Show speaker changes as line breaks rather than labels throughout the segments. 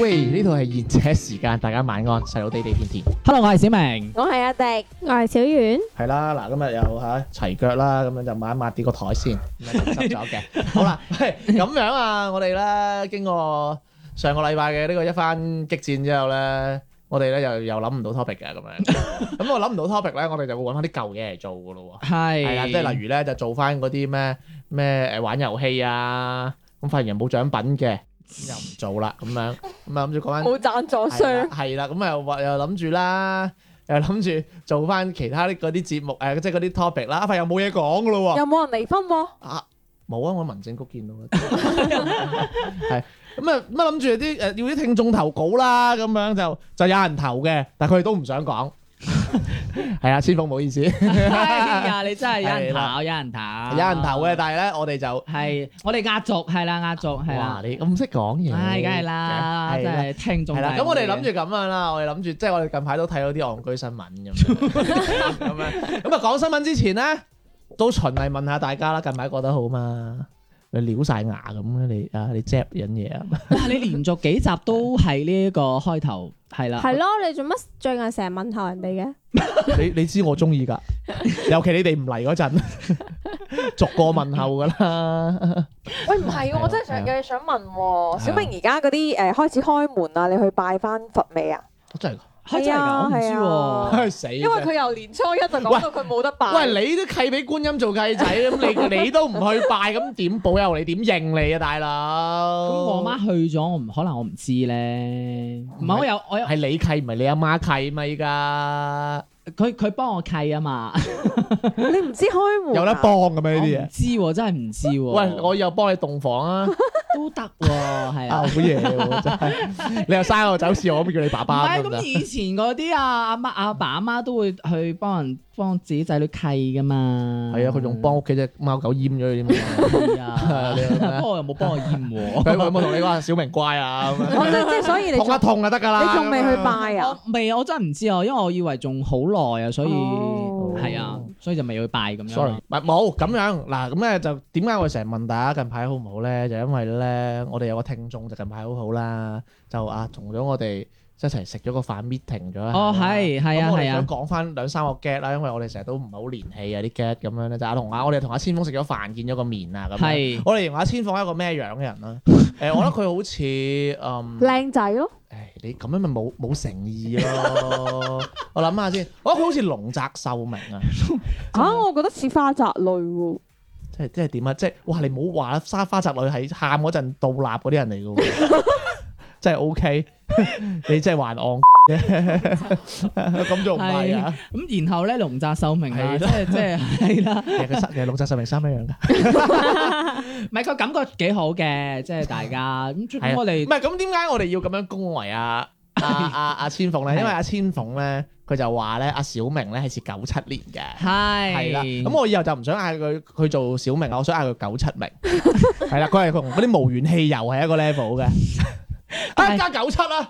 喂，呢度係賢者時間，大家晚安，細佬地地天天。
Hello，我係小明。
我係阿迪，
我係小遠，
係啦，嗱，今日又嚇齊腳啦，咁樣就抹一抹跌個台 先，咁樣就執咗嘅。好啦，喂咁樣啊，我哋咧經過上個禮拜嘅呢個一番激戰之後咧，我哋咧又又諗唔到 topic 嘅咁樣。咁我諗唔到 topic 咧，我哋就會揾翻啲舊嘢嚟做噶 咯喎。
係
係啦，即係例如咧就做翻嗰啲咩咩誒玩遊戲啊，咁發現人冇獎品嘅，咁又唔做啦咁樣，咁啊諗住講翻
冇贊助
係啦
商，
係啦，咁又話又諗住啦，又諗住做翻其他啲嗰啲節目誒、即係嗰啲 topic 啦，發現又冇嘢講噶咯喎，
又冇人離婚喎，
啊冇啊，我民政局見到啦， 係咁啊乜諗住啲誒要啲聽眾投稿啦，咁樣就就有人投嘅，但係佢哋都唔想講，係啊，千鳳唔好意思，有
哎呀，你真係有人
係啦
投，有人投，
人投嘅，。但係咧我哋就。
係，我哋壓軸係啦，壓軸係
哇！
啦。
你咁識講嘢，
唉，梗係啦，
係
真
啦。
係聽眾
係
大
啦
會嘅。，
咁我哋諗住咁樣啦，我哋諗住即係我哋近排都睇到啲戇居新聞咁樣，咁樣咁啊講新聞之前咧，都循例問下大家啦，近排過得好嘛？你撩晒牙咁樣，你啊你 zap 緊嘢啊？
哇！你連續幾集都係呢一個開頭，係啦。
係咯，你做乜最近成日問候人哋嘅？
你你知我中意㗎，尤其你哋唔嚟嗰陣，逐個問候㗎啦。
喂唔係
係啊
喎，我真係想有
係
嘢想問
啊
喎，小明而家嗰啲誒開始開門啦，你去拜翻佛未啊？
真係
開真係㗎，我唔
係啊
知喎。
唉死啫！
因為佢由年初一就講到佢冇得拜，
喂，你都契俾觀音做契仔，咁你你都唔去拜，咁點保佑你？點應你啊，大佬？
咁我媽去咗，我唔可能我唔知咧。唔係我有我有
係你契，唔係你阿媽契咪依家
佢佢幫我契啊嘛。
你唔知開門啊
有得幫嘅咩
我
呢
唔
啲嘢？
知喎，真係唔知喎。
喂，我又幫你洞房啊！
都得喎，係
啊，好
啊。
嘢喎，真係！你又嘥我走事，我可唔可以叫你爸
唔
爸
係
得唔得
咁，？以前嗰啲啊，阿媽阿爸阿媽都會去幫人幫自己仔女契噶嘛。
係啊，佢仲幫屋企只貓狗閹咗 佢添啊。
係
啊
啊
你話咩，
不過又冇幫我驗喎。
佢佢有冇同你話小明乖啊？咁
我
樣
即即係所哦以你
痛一
仲
痛就得㗎啦。
你仲未去
咁樣哦
拜啊？
我未，我真係唔知啊，因為我以為仲好耐啊，所以
哦
係啊，所以就未去拜咁樣啊咯。
sorry，唔係冇咁樣嗱，咁咧就點解我成日問大家近排好唔好咧？就因為咧，我哋有個聽眾就近排好好啦，就啊同咗我哋一齊食咗個飯 meeting 咗一下啦。
哦係係啊
咁我
係
哋
啊
想講翻兩三個 get 啦，因為我哋成日都唔係好連戲啊啲 get 咁樣咧，就啊同啊我哋同阿千峰食咗飯，見咗個面啊咁樣。
係
我哋同阿千峰係一個咩樣嘅人啦？誒，我覺得佢好似嗯。
靚仔咯，
唉，你咁樣咪冇冇誠意咯！ 我諗下先，我覺得佢好似龍澤秀明啊，
啊我覺得似花澤類喎，
即係即係點啊？即係哇！你唔好話啦，沙花澤類係喊嗰陣倒立嗰啲人嚟嘅喎， 真係 O K，你 真係還戇啫， 咁仲唔係啊？
咁，然後咧龍澤秀明啦，
係
即
啦
係即係係啦，
其實佢其實龍澤秀明三一樣㗎，
唔係個感覺幾好嘅，即係大家咁
係啊
咁我哋
唔係咁點解我哋要咁樣恭維 啊？阿阿阿千鳳咧，因為阿千鳳咧，佢就話咧，阿小明咧係似九七年嘅。
係
係啦，咁我以後就唔想嗌佢佢做小明啦，我想嗌佢九七明。 係啦，佢係同嗰啲無鉛汽油係一個 level 嘅。啊，加九七啦，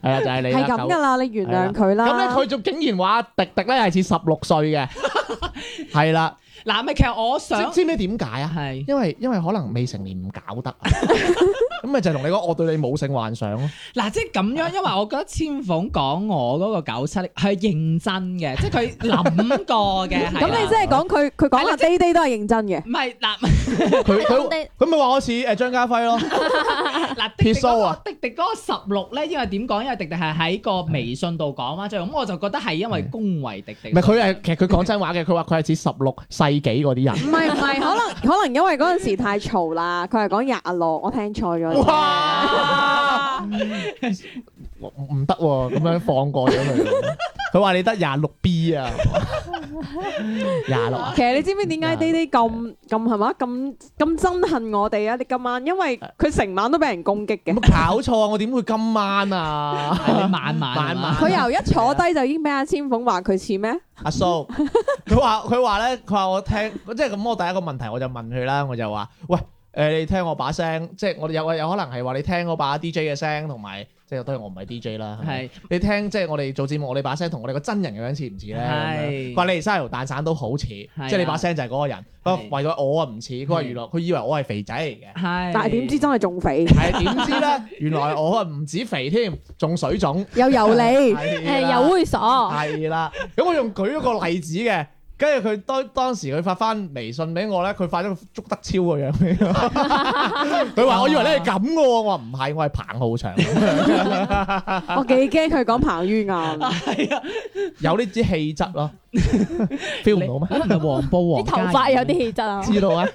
係啦，就係你
係
啦。
咁㗎啦，你原諒佢
九
啦。
咁咧，佢仲竟然話迪迪咧係似十六歲嘅， 係啦。
嗱咪其實我
知
想
知唔知點解啊？
係。
因為因為可能未成年唔搞 得啊，咁咪就係同你講，我對你冇性幻想咯。
嗱，即係咁樣，因為我覺得千鳳講我嗰個九七係認真嘅，即係佢諗過嘅。係啦
咁你即係講佢佢講
係
嘅
啦
day day 都係認真嘅，
唔係嗱
佢
我
佢
哋
佢咪話我似誒張家輝咯。
嗱，迪
撇
迪
須
嗰
啊
個迪迪嗰個十六咧，因為點講？因為迪迪係喺個微信度講嘛，最後咁我就覺得係因為恭維迪迪。
唔係佢係其實佢講真話嘅，佢話佢係似十六世紀嗰啲人。
唔係唔係，可 能可能因為嗰陣時太嘈啦，佢係講廿六，我聽錯咗啫。
哇！我唔得喎，咁樣放過咗佢喎。佢話你得廿六 B 啊，廿六啊，
其實你知唔知點解 D D 咁咁係嘛咁咁憎恨我哋啊？你今晚因為佢成晚都俾人攻擊嘅，
冇搞錯啊！我點會今晚 啊？
係你慢慢
慢慢
佢由一坐低就已經俾阿千鳳話佢似咩？
阿蘇，佢話佢話咧，佢話我聽，即係咁。我第一個問題我就問佢啦，我就話：喂，誒、你聽我把聲，即係我哋有有可能係話你聽我把 DJ 嘅聲，同埋即係當然我唔係 DJ 啦，係咪
係
你聽即係我哋做節目，我哋把聲同我哋個真人嘅樣似唔似咧？
係
佢話你哋生條蛋散都好似，即
啊
係你把聲就係嗰個人。佢話
係
唯獨我啊唔似，佢話
嗯
原來佢以為我係肥仔嚟嘅。，
係，
但係點知真係仲肥
係點知 咧？原來我啊唔止肥添，仲水腫。
又油
誒
膩。
誒
又猥瑣，
係啦，咁我用舉一個例子嘅，跟住佢當當時佢發翻微信俾我咧，佢發咗個捉得超個樣俾 我，佢話我以為你係咁嘅喎，我話唔係，我係彭浩翔，
我幾驚佢講彭于晏，
係啊，
有呢支氣 質咯，feel 唔到咩？
你係咪 黃布
啲
黃
頭
家
髮有
怡
啲氣質 啊！
知道 啊，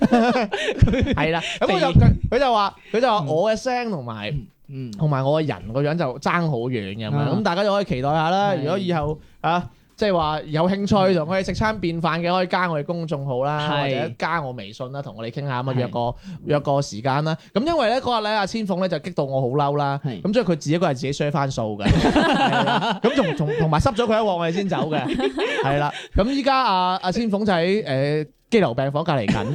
係啦，嗯咁我就佢佢就話佢就話我嘅聲同埋。
嗯
同埋我個人個樣就爭好遠嘅咁樣
啊
咁大家就可以期待下啦。
係
如果以後啊，即係話有興趣同我哋食餐便飯嘅，可以加我哋公眾號啦，
係
或者加我微信啦，同我哋傾下咁啊，
係
約個約個時間啦。咁因為咧嗰日咧，阿千鳳咧就激到我好嬲啦，
係
咁所以佢自己一個係自己 share 翻數 嘅，係啦咁同同同埋濕咗佢一鑊，我哋先走 嘅，係啦。咁依家啊阿阿千鳳就喺誒肌瘤病房隔離緊，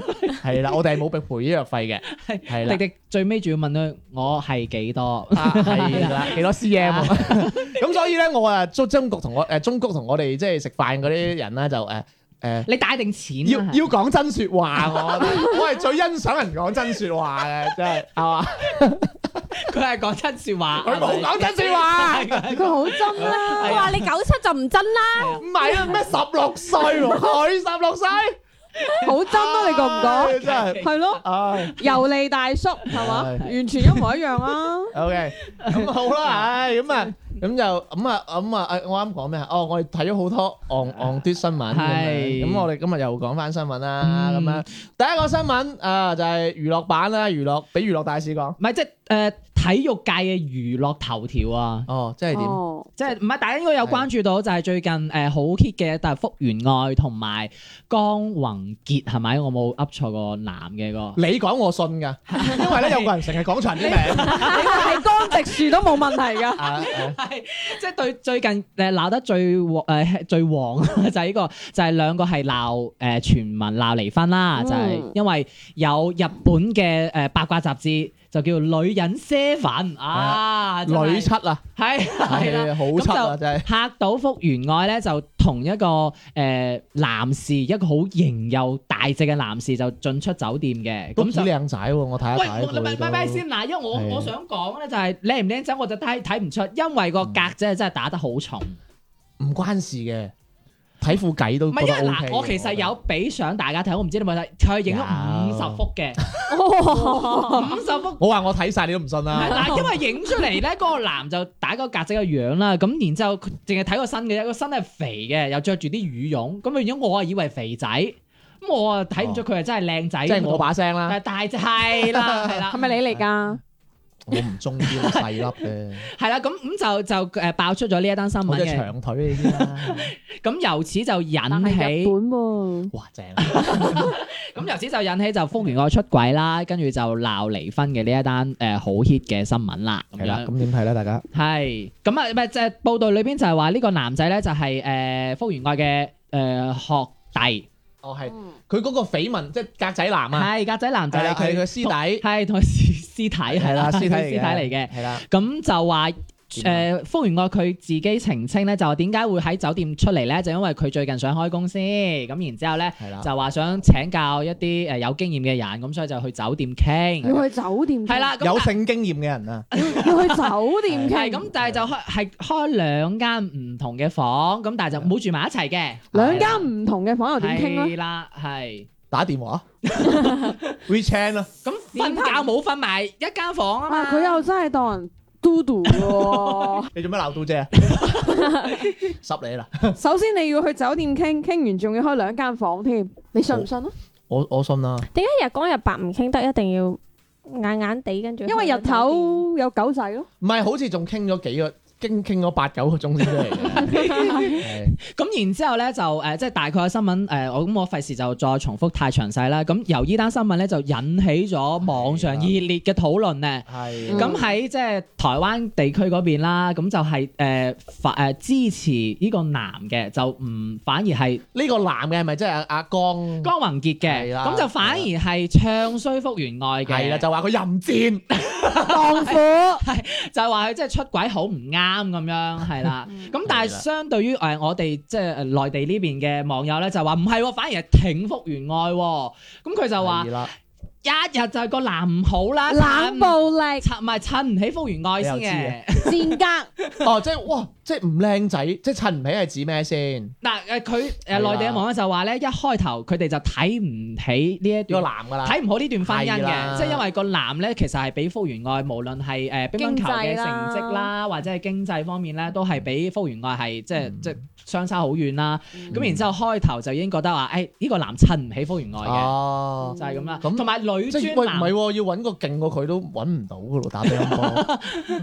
係啦，我哋係冇俾賠醫藥費嘅，係啦。
迪迪最尾仲要問佢我係幾多？
啊，係啦，幾多 cm 啊？ 咁所以咧，我啊中中局同我誒中局同我哋即係食飯嗰啲人咧，就誒誒
你帶定錢
要
啊
要講真説話，我覺得我係最欣賞人講真説話嘅，真係 係嘛？
佢係講真説話，
佢冇講真説話，
佢好憎啦。
我話你九七就唔真 啦，
唔 係啊咩十六歲喎，佢十六歲，
好真
啊
咯，你覺唔覺？
覺？真 係
係咯，
唉
油膩大叔係嘛，
係
完全一模一樣啊！
，OK，咁啊好 啦，唉，咁啊。咁就咁啊咁啊！誒我啱講咩啊？哦，我哋睇咗好多昂昂啲新聞咁
啊係
樣，咁我哋今日又講翻新聞啦。咁
嗯
樣第一個新聞啊，就係娛樂版啦，娛樂俾娛樂大使講。
唔係即係誒體育界嘅娛樂頭條啊！
哦，即係點？
哦，
即係唔係？大家應該有關注到，就係最近誒好 hit 嘅，但係福原愛同埋江宏傑係咪？我冇噏錯個男嘅 個。
你講我信㗎，因為咧有個人成日講錯人啲 名。
你話係江直樹都冇問題 㗎。
啊誒
係，即係對最近誒鬧得最旺誒、最旺就係呢、個，就係兩個係鬧誒傳聞鬧離婚啦，
嗯
就係因為有日本嘅誒八卦雜誌就叫女人 seven 啊，真係
女七啊，
係係啦。
係好七啊，
咁就
真係。
嚇到福原愛咧，就同一個誒、男士，一個好型又大隻嘅男士就進出酒店嘅，
都
咁
幾
就
靚仔喎，我睇一
喂，
睇
我咪
佢都
咪咪先嗱，因為我
係啊
我想講咧就係靚唔靚仔，我就睇睇唔出，因為個格仔真係打得好重。唔
唔關事嘅，睇副計都
係
覺
因
得
為
O
嗱，我其實有俾相大家睇，我唔知你有冇睇，佢影咗五十幅 嘅，五十幅。
我話我睇晒你都唔信
唔係
啦。
嗱，因為影出嚟咧，嗰個男就打嗰個格仔嘅樣啦，咁然之後佢淨係睇個身嘅啫，個身係肥嘅，又着住啲羽絨，咁變咗我啊以為肥仔，咁我啊睇唔出佢係真係靚仔，
即係我把聲 啦，
但係大隻係 啦係啦
係咪你嚟㗎？
我唔中意我細粒 嘅，
係啦，咁咁就就誒爆出咗呢一單新
我
聞
隻
嘅。
長腿 你知啦。
咁由此就引
但係日
起，
本喎，
哇，正啊！
咁由此就引起就福原愛出軌啦，跟住就鬧離婚嘅呢一單誒好 hit 嘅新聞啦，咁
係啦，
樣
咁點睇咧？大家
係咁啊，唔係就係報道裏邊就係話呢個男仔咧就係誒福原愛嘅誒學弟，
哦，係佢嗰個緋聞，即係格仔男啊，
係格仔男
係
仔，
啦，係佢
佢
師弟，
係同佢師師弟
係啦，師
師
弟
弟
嚟嘅，
嚟嘅，
係啦，
咁就話。誒、
點啊
福原愛佢自己澄清咧，就話點解會喺酒店出嚟咧？就因為佢最近想開公司，咁然之後咧
係啦，
就話想請教一啲誒有經驗嘅人，咁所以就去酒店傾。
要去酒店
係，啦，咁
有性經驗嘅人啊，
要去酒店傾，
係咁，但係就開係開兩間唔同嘅房，咁但係就冇住埋一齊嘅。
兩間唔同嘅房又哦點傾啊咧？
係啦，係。
打電話 WeChat 啦，
咁瞓覺冇瞓埋一間房啊
啊，
嘛。
佢又真係當人嘟嘟喎。
你做咩鬧到啫？濕你啦！
首先你要去酒店傾，傾完仲要開兩間房添，你信唔信啊？
我我信啦，
點解日光日白唔傾得，一定要眼眼地跟住？
因為日頭有狗仔咯，
唔係好似仲傾咗幾個傾傾咗八九個鐘先出 嚟嘅。係
咁然之後咧就誒、呃即係大概嘅新聞誒、呃我咁我費事就再重複太詳細啦。咁由呢單新聞咧就引起咗網上
係
熱
啦
烈嘅討論咧。
嗯
係
咁喺即係台灣地區嗰邊啦，咁就係誒反誒支持呢個男嘅，就唔反而係
呢個男嘅係咪即係阿阿江？
江宏傑嘅，
係啦
咁就反而係唱衰福原愛嘅，
係啦，就話佢淫賤。
荡妇，
就係話佢即係出軌好唔啱咁樣，係啦。咁但係
嗯係啦
相對於誒我哋即係誒呃內地呢邊嘅網友咧，就話唔係喎，反而係挺福原愛喎。咁佢就話
係啊啦，
一日就係個男唔好啦，
冷
襯
暴力，
襯唔係襯唔起福原愛先
你又啊
嘅。
賤格。
哦，即係哇，即係唔靚仔，即係襯唔起係指咩先？
嗱誒佢誒
係啦
內地嘅網友就話咧，一開頭佢哋就睇唔起呢一
呢個
段。
男㗎啦。
睇唔好呢段婚姻
啊係
嘅，
啦
即係因為個男咧其實係俾福原愛，無論係誒乒乓球
經濟
嘅成
啦
績啦，或者係經濟方面咧，都係俾福原愛係即
嗯
係即係相差好遠啦。咁然之後開頭就已經覺得話，誒呢個男襯唔起福原愛嘅，
哦，
就係咁啦。
咁
同埋女
即係
專
喂唔
男
係喎，要揾個勁過佢都揾唔到㗎咯，打乒 乓波，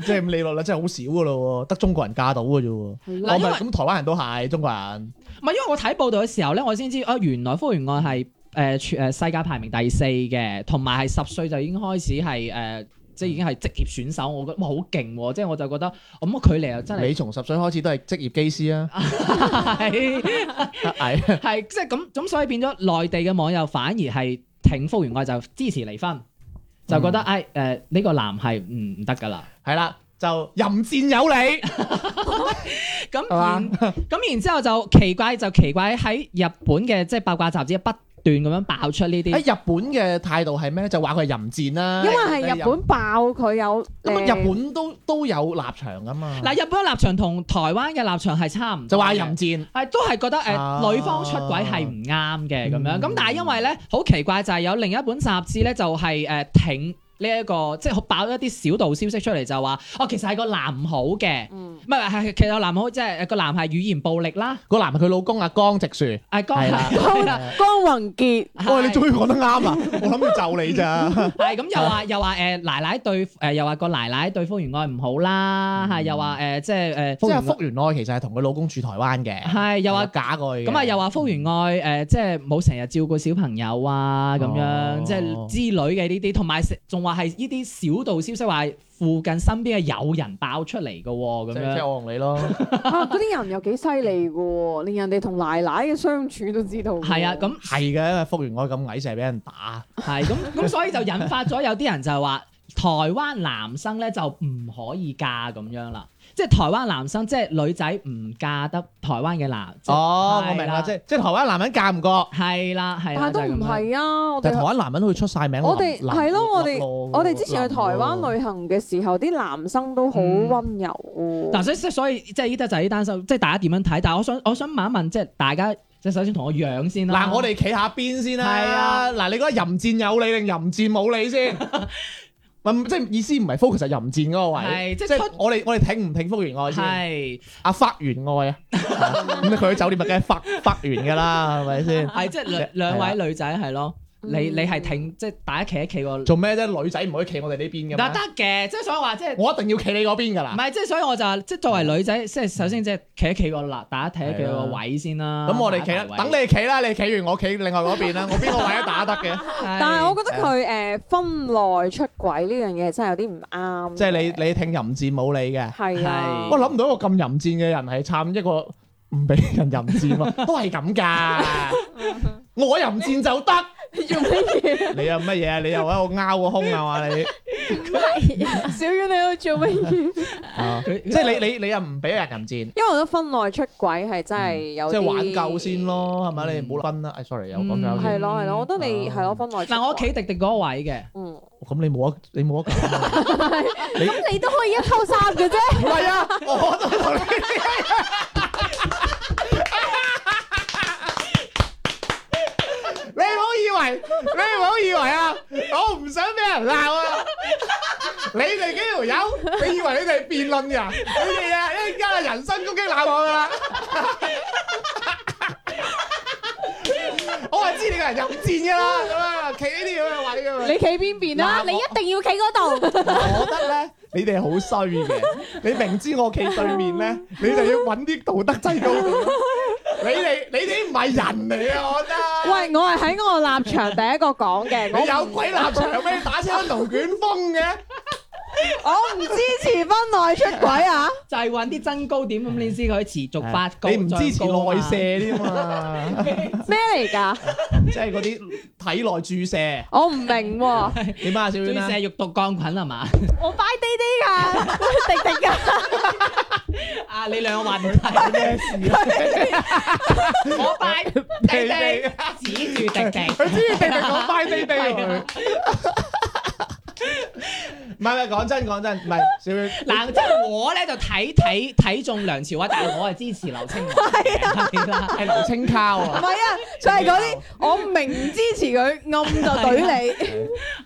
即係咁理論啦，真係好少㗎咯喎，得中國人嫁到㗎啫喎。
嗱
我
因
咪
為
咁台灣人都係中國人，
唔係，因為我睇報道嘅時候咧，我先知啊，原來福原愛係誒全誒世界排名第四嘅，同埋係十歲就已經開始係誒、呃即係已經係職業選手。我覺得哇，好勁喎！即係我就覺得哦咁個距離又真係
你從十歲開始都係職業機師啊，
係
係
係即係咁咁，所以變咗內地嘅網友反而係挺福原愛就支持離婚，
嗯
就覺得誒誒呢個男係唔唔得㗎啦。
係啦，就淫戰有理，
咁
係嘛
然咁然之後就奇怪就奇怪喺日本嘅即係八卦雜誌不斷咁樣爆出呢啲
喺。日本嘅態度係咩？就話佢係淫戰啦，
因為係日本爆佢有
咁啊
誒
日本都都有立場噶嘛，
嗱，日本嘅立場同台灣嘅立場係差唔多嘅，
就話淫戰，
係都係覺得誒、
啊
女方出軌係唔啱嘅咁樣。
嗯
咁但係因為咧好奇怪就係有另一本雜誌咧就係、誒、挺呢、一個即係爆一啲小道消息出嚟就話哦其實係個男唔好嘅。
嗯
唔係，係其實個男唔好，即係個男係語言暴力啦。
個男係佢老公阿江直樹。
誒，江
係 啦
係啦，
江宏 傑
係
喂，你終於講得啱啦！我諗住就你咋，
係咁又話又話誒奶奶對誒又話個奶奶對福原愛唔好啦，係又話誒即係誒
即
福原
係
愛
福原愛其實係同佢老公住台灣嘅，
係又話
假佢嘅，
咁啊，又話福原愛誒、呃即係冇成日照顧小朋友啊，咁樣、
哦
即係之類嘅呢啲，同埋仲話係呢啲小道消息話係附近身邊嘅友人爆出嚟嘅喎，咁
即係即係
樣
我同你咯，
啊，嗰啲人又幾犀利嘅喎，連人哋同奶奶嘅相處都知道喎。
係啊，咁
係嘅，因為福原愛咁矮成日俾人打，
係咁咁，所以就引發咗有啲人就係話台灣男生咧就唔可以嫁咁樣啦，即係台灣男生即係女仔唔嫁得台灣嘅男，即係
哦，我
係
明
啦
啦，即係即係台灣男人嫁唔過，
係啦係
但
啦，
係都
就係
唔
咁樣
係啊，我
但係台
哋
灣男人佢出晒名，
我哋
林
係咯，我
林
哋
林
我哋之前去台灣
林
旅行嘅時候，啲男生都好
嗯
温柔
嗱，
喎。
所以所以即係呢得就係呢單收，即係大家點樣睇？但係我想我想問一問，即係大家即係首先同我樣先啦。
嗱，我哋企下邊先
係啊
啦。嗱，你覺得淫戰有你定淫戰冇你 先？唔即係意思唔係 focus 係淫戰嗰個位，
係即係
即係
出
我哋我哋挺唔挺福原愛先？
係
阿福原愛 啊，咁佢喺酒店咪梗係福福原㗎啦，係咪先？
係即係兩兩位女仔係咯，你你係挺即係大家企一企個，
做啊咩啫？女仔唔可以企我哋呢邊㗎
但得
嘛？
嘅，即係所以話即係
我一定要企你嗰邊㗎
唔
啦。
係即係所以我就話即係作為女仔，即係首先即係企一企個立，大家睇一企個位先啦。
嗯咁我哋企
排
啦，
一排
等
位
你企啦，你企完我企另外嗰邊啦，我邊個位都打得嘅。
係
但係我啊覺得佢誒呃婚內出軌呢樣嘢真係有啲唔啱嘅。
即係你你挺淫戰冇你嘅。
係啊
係，
我諗唔到一個咁淫賤嘅人係撐一個唔俾人淫賤咯，都係咁噶。我淫賤就得，
做乜嘢？
你又乜嘢啊？你又喺度拗個胸啊嘛 你？
小遠你喺度做乜 嘢？
啊
佢
即係你你你又唔俾人淫賤，
因為我覺得婚內出軌係真嗯係有
即係
啲
玩夠先。咯，係咪？你唔好分啦。哎，sorry，又講咗
係
先。
咯係咯，我覺得你
嗯
係咯婚內出軌。
嗱，我企迪迪嗰個位嘅，
嗯，
咁你冇得你冇得 揀啊。
咁你都可以一溝三嘅啫。
唔係啊，我都同你。你唔好以為，你唔好以為啊！我唔想俾人鬧啊！你哋幾條友，你以為你哋係辯論人？你哋啊，一陣間啊人身攻擊鬧我噶啦！我係知你個人入戰噶啦，咁啊，企呢啲咁嘅位噶嘛。
你企邊邊啊？
嗱，你一定要企嗰度。
我覺得咧，你哋係好衰嘅，你明知我企對面咧，你就要揾啲道德制高點。你哋你哋唔係人嚟啊！我覺得。
喂，我係喺我立場第一個講嘅，我
你
唔
有鬼立場咩？打親勞卷風嘅，
我唔支持婚內出軌啊！
就係揾啲增高點咁，你先可以持續發高。
你唔支持
再高啊
內
嘛
射添嘛？
咩嚟㗎？
即係嗰啲體內注射。
我唔明喎，
點啊，小
注
娟啊
射？肉毒桿菌係嘛？
我快啲啲㗎， 滴滴㗎。
啊，你兩個話唔係，
咩事啊？
我拜 滴滴指住滴滴。
佢知定定講快地地佢。
啊
唔係唔係，講真講真，唔係小娟。
嗱，即係我咧就睇睇睇中梁朝偉，但係我係支持劉青雲嘅。係啊啦，
係劉青卡
唔
喎。
係啊，就係嗰啲我明支持佢，暗就 懟你。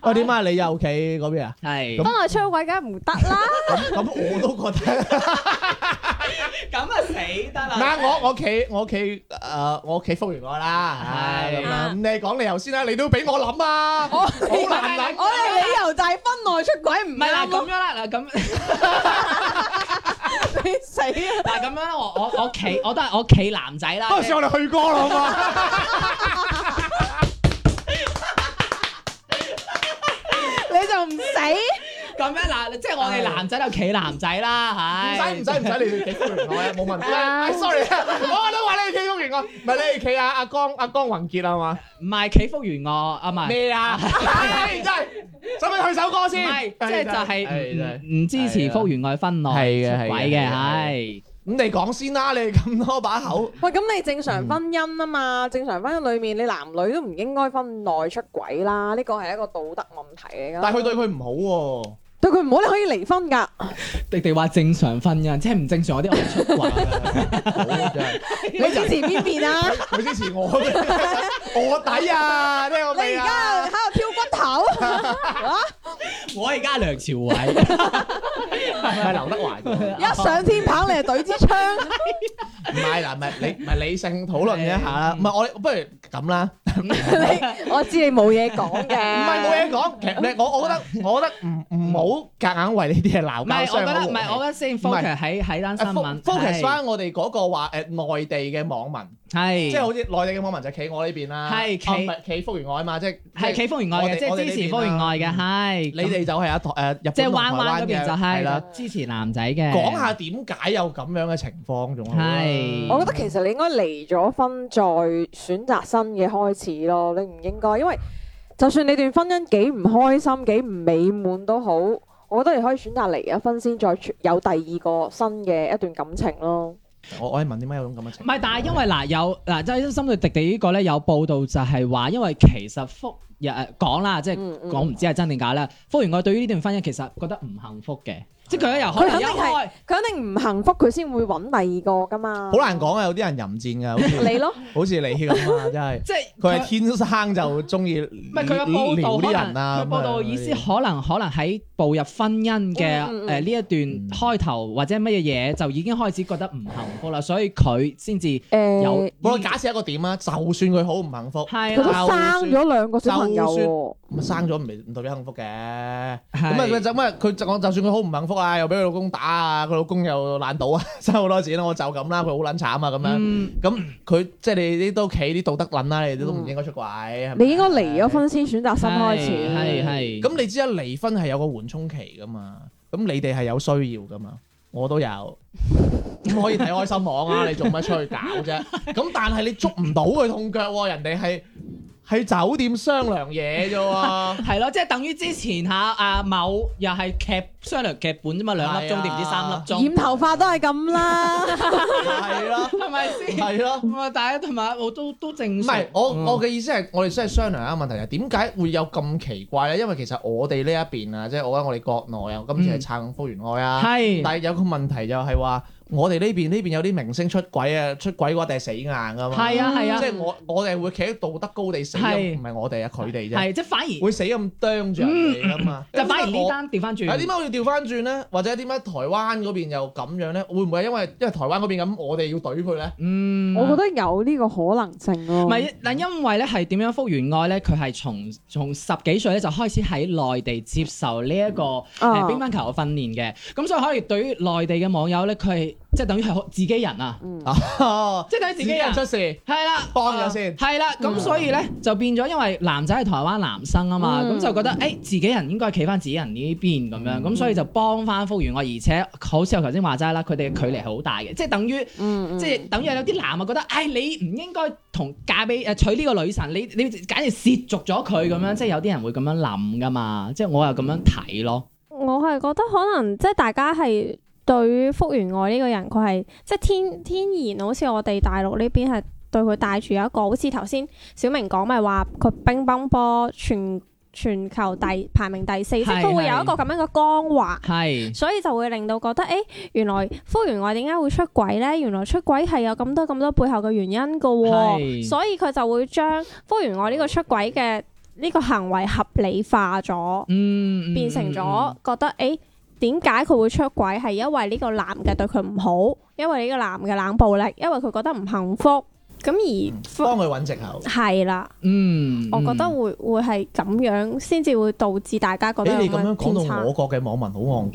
喂，點啊？你右企嗰邊啊？
係
咁
婚外出軌梗係唔得 啦，
咁咁我都覺得。
咁啊死得
唔
啦！
係我我企我企誒我企復完我啦，係
係
咁啦。咁你講理由先啦，你都俾我諗啊，好難諗。
我哋理由就係婚內出軌唔
唔係啦，
啱
咁
咯
樣，啦，嗱咁。
你死啊！
嗱咁樣啦，我我我企我都係我企男仔啦，
嗰陣時我哋去過啦，好嘛？
你就唔死？
咁樣嗱，即係我哋男仔就企男仔啦，
唔
唉，
使唔使唔使，你哋企復原我啊，冇問題。哎，sorry，我都話你哋企復原我，唔係你哋企啊阿阿江阿江宏傑啊嘛？
唔係企福原我啊，唔係。
咩啊？唉，真係，使唔使去首歌
唔
先？
係，即係就
唉真
係
係啊
唔唔支持福原愛婚內
係嘅
出
係
軌
嘅
嘅，係
嗯咁你講先啦，你哋咁多 把口，
喂，咁你正常婚姻啊嘛，正常婚姻裏面你男女都唔應該婚內出軌啦，呢個係一個道德問題嚟㗎。
但係佢對佢唔好喎。
對佢唔好，你可以離婚㗎。
迪迪話正常婚姻，即係唔正常嗰啲我出軌。
你支持邊 邊啊？
啊佢 支持我嘅，我底啊！聽我
你
未
而
啊？
家喺度挑骨頭啊！
我而家梁朝 偉，
係劉德華嘅
一上天棚你就懟支槍，
唔係嗱，唔係理唔係理性討論一下啦。唔係我哋不如咁啦，
你我知你冇嘢講嘅。
唔係冇嘢講。其實你我我覺得我覺得唔唔好夾硬為呢啲嘢鬧
唔
交。
係我覺
傷
得
啊我
唔係我覺得先 focus 喺喺單新
和氣
聞
focus 翻我哋嗰個話誒內地嘅網民，
係
即係好似內地嘅網民就企我呢邊啦，
係企
啊唔係企福原愛嘛，即係
係企福原愛
我哋
嘅，即
我哋
係
呢
支
邊啊
持福原愛嘅，係
你哋就係啊台誒日本
即係
同
灣灣
台
嗰邊就
嘅係啦。
係支持男仔嘅。
講下點解有咁樣嘅情況仲好啦
係
我覺得其實你應該離咗婚再選擇新嘅開始咯，你唔應該，因為就算你段婚姻幾唔開心、幾唔美滿都好，我覺得你可以選擇離咗婚先再出有第二個新嘅一段感情咯。
我我係問點解有種咁嘅
唔
情況？
係，但係因為嗱有嗱，即係針對迪迪呢個咧有報道就係話，因為其實福日講啦，即係
嗯嗯
講唔知係真定假啦。福原愛對於呢段婚姻其實覺得唔幸福嘅，即係佢有可能一
佢肯定係
開
佢肯定唔幸福，佢先會揾第二個噶嘛。
好難講啊！有啲人淫賤㗎，好似
你咯，
好似你咁啊，真係
即係
佢係天生就中意
唔
唔
係佢嘅報道
啲
可
人
能
啊。
佢報道意思
咁啊
可能可能喺步入婚姻嘅誒
嗯嗯嗯
呢一
嗯
段開頭或者乜嘢嘢就已經開始覺得唔幸福啦，所以佢先至
誒、
有
我假設一個點啊，就算佢好唔幸福，
係
佢都
啦，
生咗兩個小朋友
就算
喎。
咁生咗唔唔代表幸福嘅。咁啊
係
佢就咁啊佢就我就算佢好唔幸福啊，又俾佢老公打啊，佢老公又懶到啊， 收好多錢啦，我就咁啦，佢好撚慘啊咁樣。
嗯
咁佢即係你啲都企啲道德撚啦，你哋都唔應該出軌。係咪
你應該離咗婚先選擇新開始。
係係
咁你知啦，離婚係有個緩衝期噶嘛，咁你哋係有需要噶嘛，我都有，咁可以睇開心網 啊，你做乜出去搞啫？咁但係你捉唔到佢痛腳喎，人哋係喺酒店商量嘢啫喎。
係咯，即係等於之前嚇阿某又係劇商量劇本啫嘛，兩粒
係啊
鐘定唔知三粒鐘，
染頭髮都係咁啦，
係咯，
係咪先？
係咯。
咁啊，大家同埋我都都正
唔
常。
係，我我嘅意思係，我哋真係商量一啊個問題係點解會有咁奇怪咧？因為其實我哋呢一邊啊，即係我喺我哋國內啊，我今次係撐福原愛啊，
係
但係有個問題就係話，我哋呢邊呢邊有啲明星出軌啊，出軌嗰一定係死硬噶嘛。
係啊係啊
即係我我哋會企喺道德高地死，
係
唔係我哋啊佢哋啫，
係即係反而嗯
會死咁啄住人哋噶嘛。
就反而
點解
呢
我
單調翻轉。
啊點解我要調翻轉咧？或者點解台灣嗰邊又咁樣咧？會唔會係因為因為台灣嗰邊咁，我哋要懟佢咧？
嗯，
我覺得有呢個可能性咯。
唔係嗱，因為咧係點樣福原愛咧，佢係從從十幾歲咧就開始喺內地接受呢、一個誒、呃
啊
乒乓球嘅訓練嘅，咁所以可以對於內地嘅網友咧，佢係即係等於係自己人啊，
嗯
啊，
即係等於
自
自
己
己
人
人。
出事，
係啦，啊
幫咗先嗯
係啦，咁所以咧就變咗，因為男仔係台灣男生啊嘛，
嗯
咁就覺得誒自己人應該企翻自己人呢邊咁
嗯
樣，咁所以就幫翻福原愛，而且好似我頭先話齋啦，佢哋嘅距離係好大嘅，即係等於
嗯，
即係等於有啲男啊覺得，唉，你唔應該同嫁俾誒娶呢個女神，你你簡直涉足咗佢咁
嗯
樣，即係有啲人會咁樣諗噶嘛，即係我又咁樣睇咯。
我係覺得可能即係大家係對於福原愛呢個人，佢係即係天天然，好似我哋大陸呢邊係對佢帶住有一個，好似頭先小明講咪話佢乒乓波全全球第排名第四，即係
係
佢會有一個咁樣嘅光環。
係
所以就會令到覺得，誒、原來福原愛點解會出軌呢？原來出軌係有咁多咁多背後嘅原因嘅喎、
係
所以佢就會將福原愛呢個出軌嘅呢個行為合理化咗，
嗯，嗯
變成咗
嗯
覺得，誒點解佢會出軌？係因為呢個男嘅對佢唔好，因為呢個男嘅冷暴力，因為佢覺得唔幸福。咁而福
幫佢揾藉口。
係啦，
嗯，嗯
我覺得會會係咁樣，先至會導致大家覺得
誒，你
有
咁樣講
偏差
到我國嘅網民 好戇，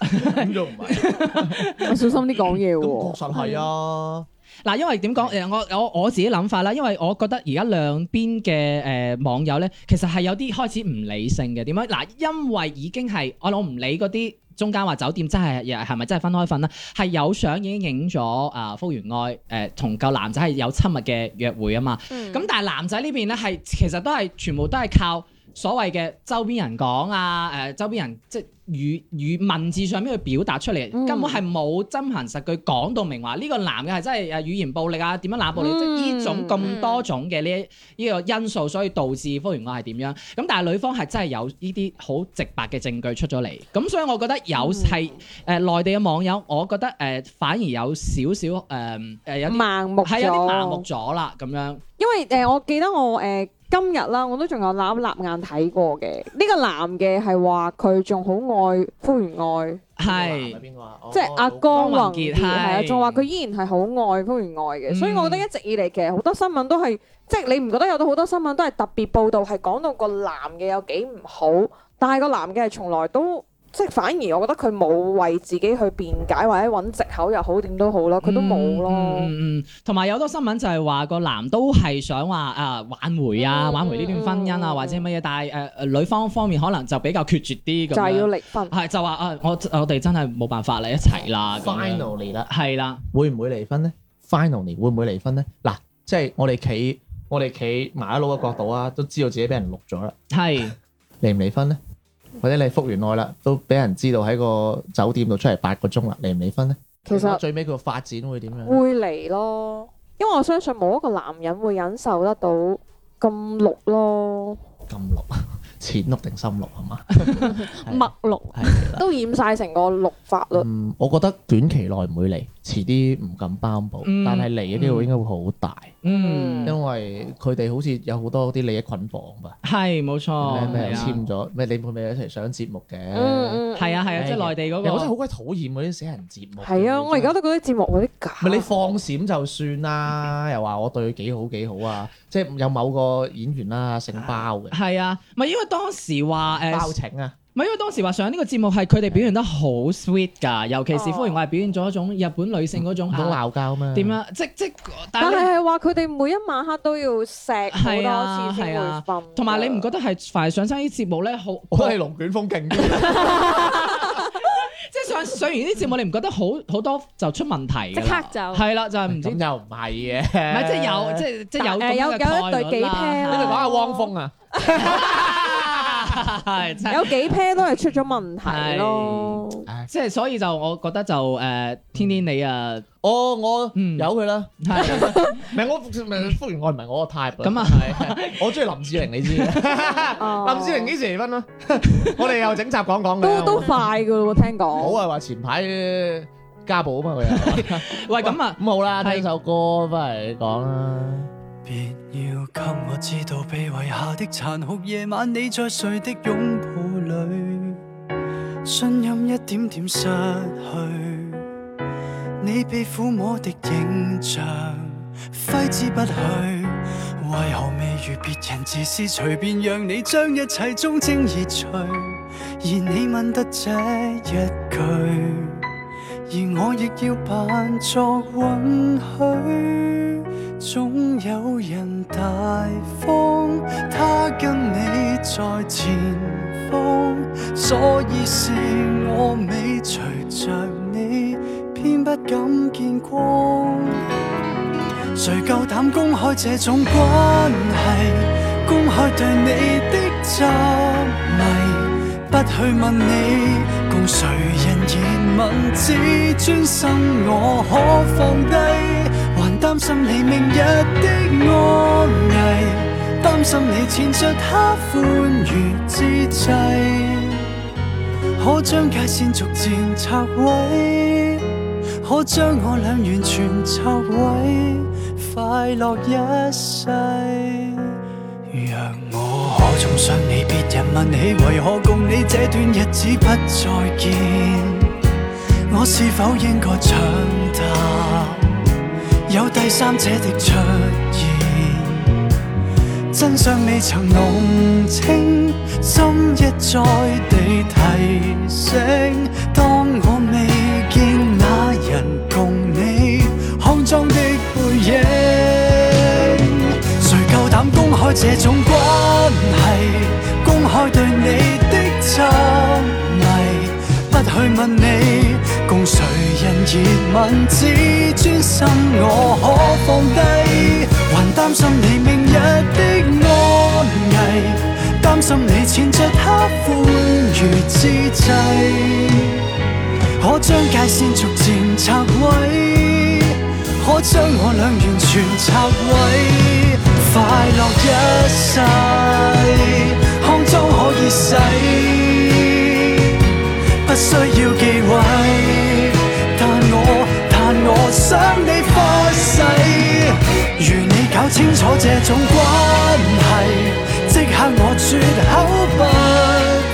咁就唔係，
我小心啲講嘢
咁
喎
確。實係啊。
嗱，因為點講誒，我我我自己諗法啦，因為我覺得而家兩邊嘅誒網友咧，其實係有啲開始唔理性嘅。點樣？嗱，因為已經係我我唔理嗰啲中間話酒店真係係咪真係分開瞓啦，係有相已經影咗啊福原愛誒同個男仔係有親密嘅約會啊嘛。
嗯
咁、但係男仔呢邊咧係其實都係全部都係靠所謂嘅周邊人講啊，誒、周邊人即係語語文字上面去表達出嚟，
嗯
根本係冇真憑實據講到明話呢、個男嘅係真係誒語言暴力啊，點樣冷暴力，
嗯
即係呢種咁多種嘅呢呢個因素，所以導致福原愛係點樣。咁但係女方係真係有呢啲好直白嘅證據出咗嚟，咁所以我覺得有係誒內地嘅網友，我覺得誒、反而有少少誒誒有啲
盲目
係有啲麻木
嗯咗，
咗啦咁樣。
因為誒、呃我記得我誒、呃今日啦，我都仲有攬立眼睇過嘅。呢、個男嘅係話佢仲好愛福原愛，
係
邊個啊？
即係阿江宏傑
哦江宏傑係
係啊，仲話佢依然係好愛福原愛嘅，所以
嗯
我覺得一直以嚟其實好多新聞都係，即係你唔覺得有到好多新聞都係特別報導係講到個男嘅有幾唔好，但係個男嘅係從來都即係反而我覺得佢冇為自己去辯解或者揾藉口又好點都好咯，佢都冇咯。
嗯嗯嗯，同埋有好多新聞就係話個男都係想話啊挽回啊，
嗯
挽回呢段婚姻啊，
嗯
或者乜嘢，但係誒、呃女方方面可能就比較決絕啲咁
就係要
樣，
離婚，
係就話啊，我我哋真係冇辦法啦，一齊啦咁樣，
Finally 啦，
係啦，
會唔會離婚咧？Finally 會唔會離婚咧？嗱，即係我哋企我哋企麻甩佬嘅角度啊，都知道自己俾人錄咗啦，
係
離唔離婚咧？或者你復完愛啦，都俾人知道喺個酒店度出嚟八個鐘啦，離唔離婚咧？
其實
最尾佢個發展會點樣？
會離咯，因為我相信冇一個男人會忍受得到咁綠咯，
咁 綠，淺綠定深綠係 嘛？係
墨綠
係啦。
都染晒成個綠法律。
嗯，我覺得短期內唔會嚟，遲啲唔敢擔保，
嗯
但係嚟嘅機會應該會好大，
嗯
因為佢哋好似有好多啲利益捆綁吧，
係冇
咩
錯，
咩
係
又
啊
簽咗咩，你會唔會一齊上節目嘅？
嗯嗯，
係啊係啊，即係內地嗰
我真係好
個。
鬼討厭嗰啲死人節目。
係啊，我而家
都
都覺得節目嗰啲假。
咪你放閃就算啦， 又話我對佢幾好幾好啊，即係有某個演員啦，姓包 嘅
係啊，唔係因為當時話誒，
包拯啊，
唔係因為當時話上呢個節目係佢哋表現得好 sweet 㗎，尤其是
哦
福原愛表現咗一種日本女性嗰種
唔通
啊
鬧交 咩？
點？
嗯
樣？即即但
但
係你
係係話佢哋每一晚黑都要錫好
係啊
多次先
係
會
啊
瞓。
同埋你唔覺得係凡係上親呢啲節目咧，好
我覺得你龍捲風勁啲，
即係上上完呢啲節目，你唔覺得好好多就出問題㗎
即
啦？
刻就
係啦，就係 唔知
咁
唔
又唔係嘅，唔
係即係有即係即係有
誒有
咁樣嘅
有一
概
對
率
幾
啦。
pair
你哋
啦
講下汪峰啊。
係真 係
有幾 pair 都係出咗問題咯？
唉，
即係所以就我覺得就誒天天 你啊
我我
嗯
由佢啦，
係
唔係我唔係福原愛唔係我個 type
咁啊
係我中意林志玲，你知嘅。 林
林
志玲幾時離婚啊？ 我哋又整集講講
都
佢。
都快噶咯喎，聽
好
講。
啊，話前排家暴啊嘛，佢又
喂咁啊
咁好 啦，
係
聽首歌翻嚟講啦。
別要給我知道被遺下的殘酷夜晚，你在誰的擁抱裏？信任一點點失去。你被抚摸的影像揮之不去，為何未如別人自私，隨便讓你將一切忠貞移除？而你問得這一句，而我亦要扮作允許。總有人大方，他跟你在前方，所以是我尾隨着你。偏不敢見光。誰夠膽公開這種關係？公開對你的執迷，不去問你共誰人言問，只專心我可放低，還擔心你明日的安危，擔心你纏着他歡愉之際。可將界線逐漸拆毀，可將我倆完全拆毀，快樂一世。若我可重傷你，別人問起為何共你這段日子不再見，我是否應該長大？有第三者的出現。真相未曾弄清，心一再地提醒。當我未見那人共你骯髒的背影，誰夠膽公開這種關係？公開對你的執迷，不去問你共誰人熱吻，只專心我可放低。還擔心你明日的安危，擔心你纏着他歡愉之際，可將界線逐漸拆毀，可將我倆完全拆毀，快樂一世，骯髒可以洗，不需要忌諱，但我但我想你發誓。如你搞清楚這種關係，即刻我絕口不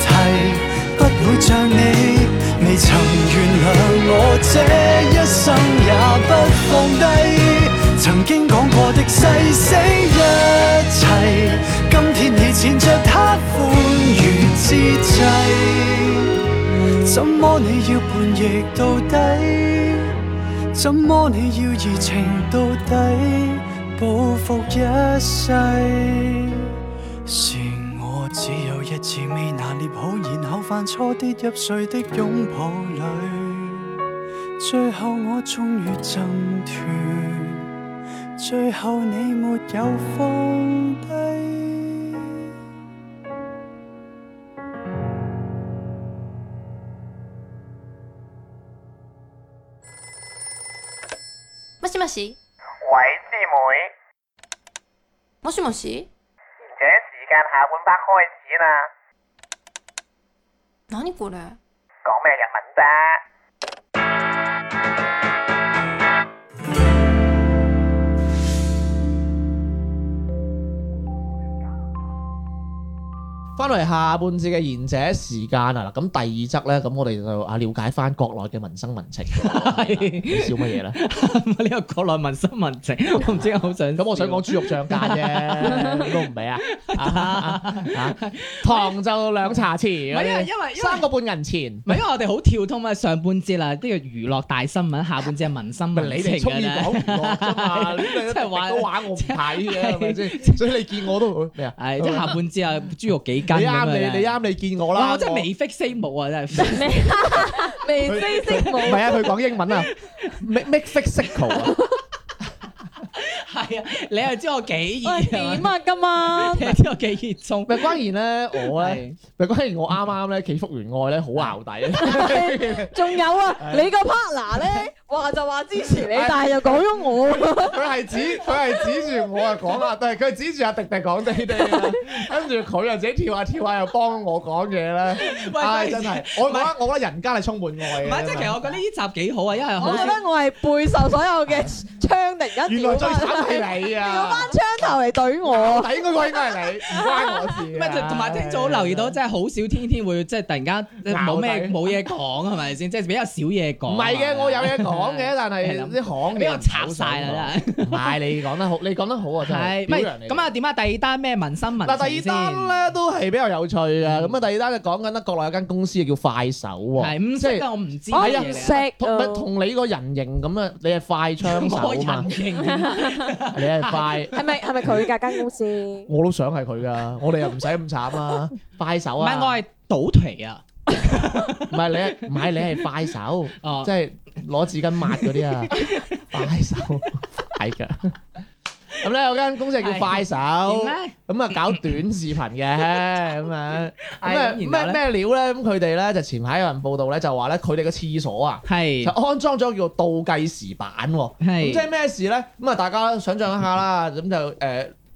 提，不會像你未曾原諒我這一生也不放低。曾經講過的誓死一切，今天你纏着他歡愉之際，怎麼你要叛逆到底？怎麼你要移情到底，報復一世？是我只有一次未拿捏好，然後犯錯跌入誰的擁抱裏，最後我終於掙脱，最後你沒有放低。
もしもし
喂，師
も
妹，
しもし
而且時間下半 part 開始啦，
何これ
講咩日文啫？
翻嚟下半節嘅賢者時間啊，嗱咁第二則咧，咁我哋就啊了解翻國內嘅民生民情。 你笑乜嘢咧？
啊呢個國內民生民情， 我唔知我好想
咁我想講豬肉漲價啫，你都唔俾啊？啊糖就兩茶匙
唔係
嗰
因為
啲，
因為因為
三個半銀錢。
唔係因為我哋好跳通啊，上半節啦，呢個娛樂大新聞，下半節係民生
咪
民
你
情
哋中意
㗎啦
講唔落啫嘛？你
真
哋
係玩
都玩我唔睇嘅，係咪 先？所以你見我都會咩啊？
係即係下半節啊，豬肉幾斤
你
咁樣
啱
呢
你，你啱你見我
哇！
啦。
我真係眉飛色舞啊，真係
未
佢
知識
唔
冇
係啊，佢講英 文啊，make make physical 啊。
係啊！你又知我幾熱
喂，
啊
點啊今 晚？
你又知我幾熱衷？
咪關然咧，我咧
係
咪關然我啱啱咧祈福原愛咧好淆底。啊
仲有啊，你個 partner 咧話就話支持你，但係又講咗我。
佢係指佢係指住我啊講啊，但係佢係指住阿迪迪講滴滴 啦，啊跟住佢又自己跳下跳下又幫我講嘢咧，
喂
唉
喂
真係，我
唔
覺
係
得我覺得人家係充滿愛
唔
嘅。
係，即係其實我覺得呢集幾好啊，因為好
我覺得我係背受所有嘅槍突然間
原
掉
來最
翻
慘係係你啊！
槍頭嚟懟我，
但應該嗰應該係你，唔關我事。啊
唔係，就同埋聽早留意到，真係好少天天會即係突然間冇咩冇嘢講，係咪先？即係比較少嘢講。啊
唔係嘅，我有嘢講嘅，但係啲行
俾我插晒啦，真係。
啊真係。唔係你講得好，你講得好啊，真
係，
係。表揚
係
你
咁啊？點啊？第二單咩民生民
嗱，第二
情先嗯
單咧都係比較有趣啊！咁啊，第二單就講緊咧，國內有間公司叫快手喎，
係唔
即
識
係
啊？我唔知
我
乜
係啊
唔
嘢
識
嚟
啊
同咪同你個人形咁啊，你係快槍
啊。我
手嘛
人，形
你係快，
係咪係咪佢㗎間公司？
我都想係佢噶，我哋又唔使咁慘啊！快手
唔係我
啊，
係倒蹄啊！
唔係你係，唔係你係快手，
哦
即，係攞紙巾抹嗰 啲啊，快手快腳。咁咧有間公司係叫快手，
點
咁
咧？
啊搞短視頻 嘅咁樣。咁啊
係咁
咩
然後咧
咩料咧？咁佢哋咧就前排有人報道咧，就話咧佢哋嘅廁所啊，就
係
安裝咗叫做倒計時板喎。咁即
係
係咩事咧？咁啊，大家想象一下啦，咁就誒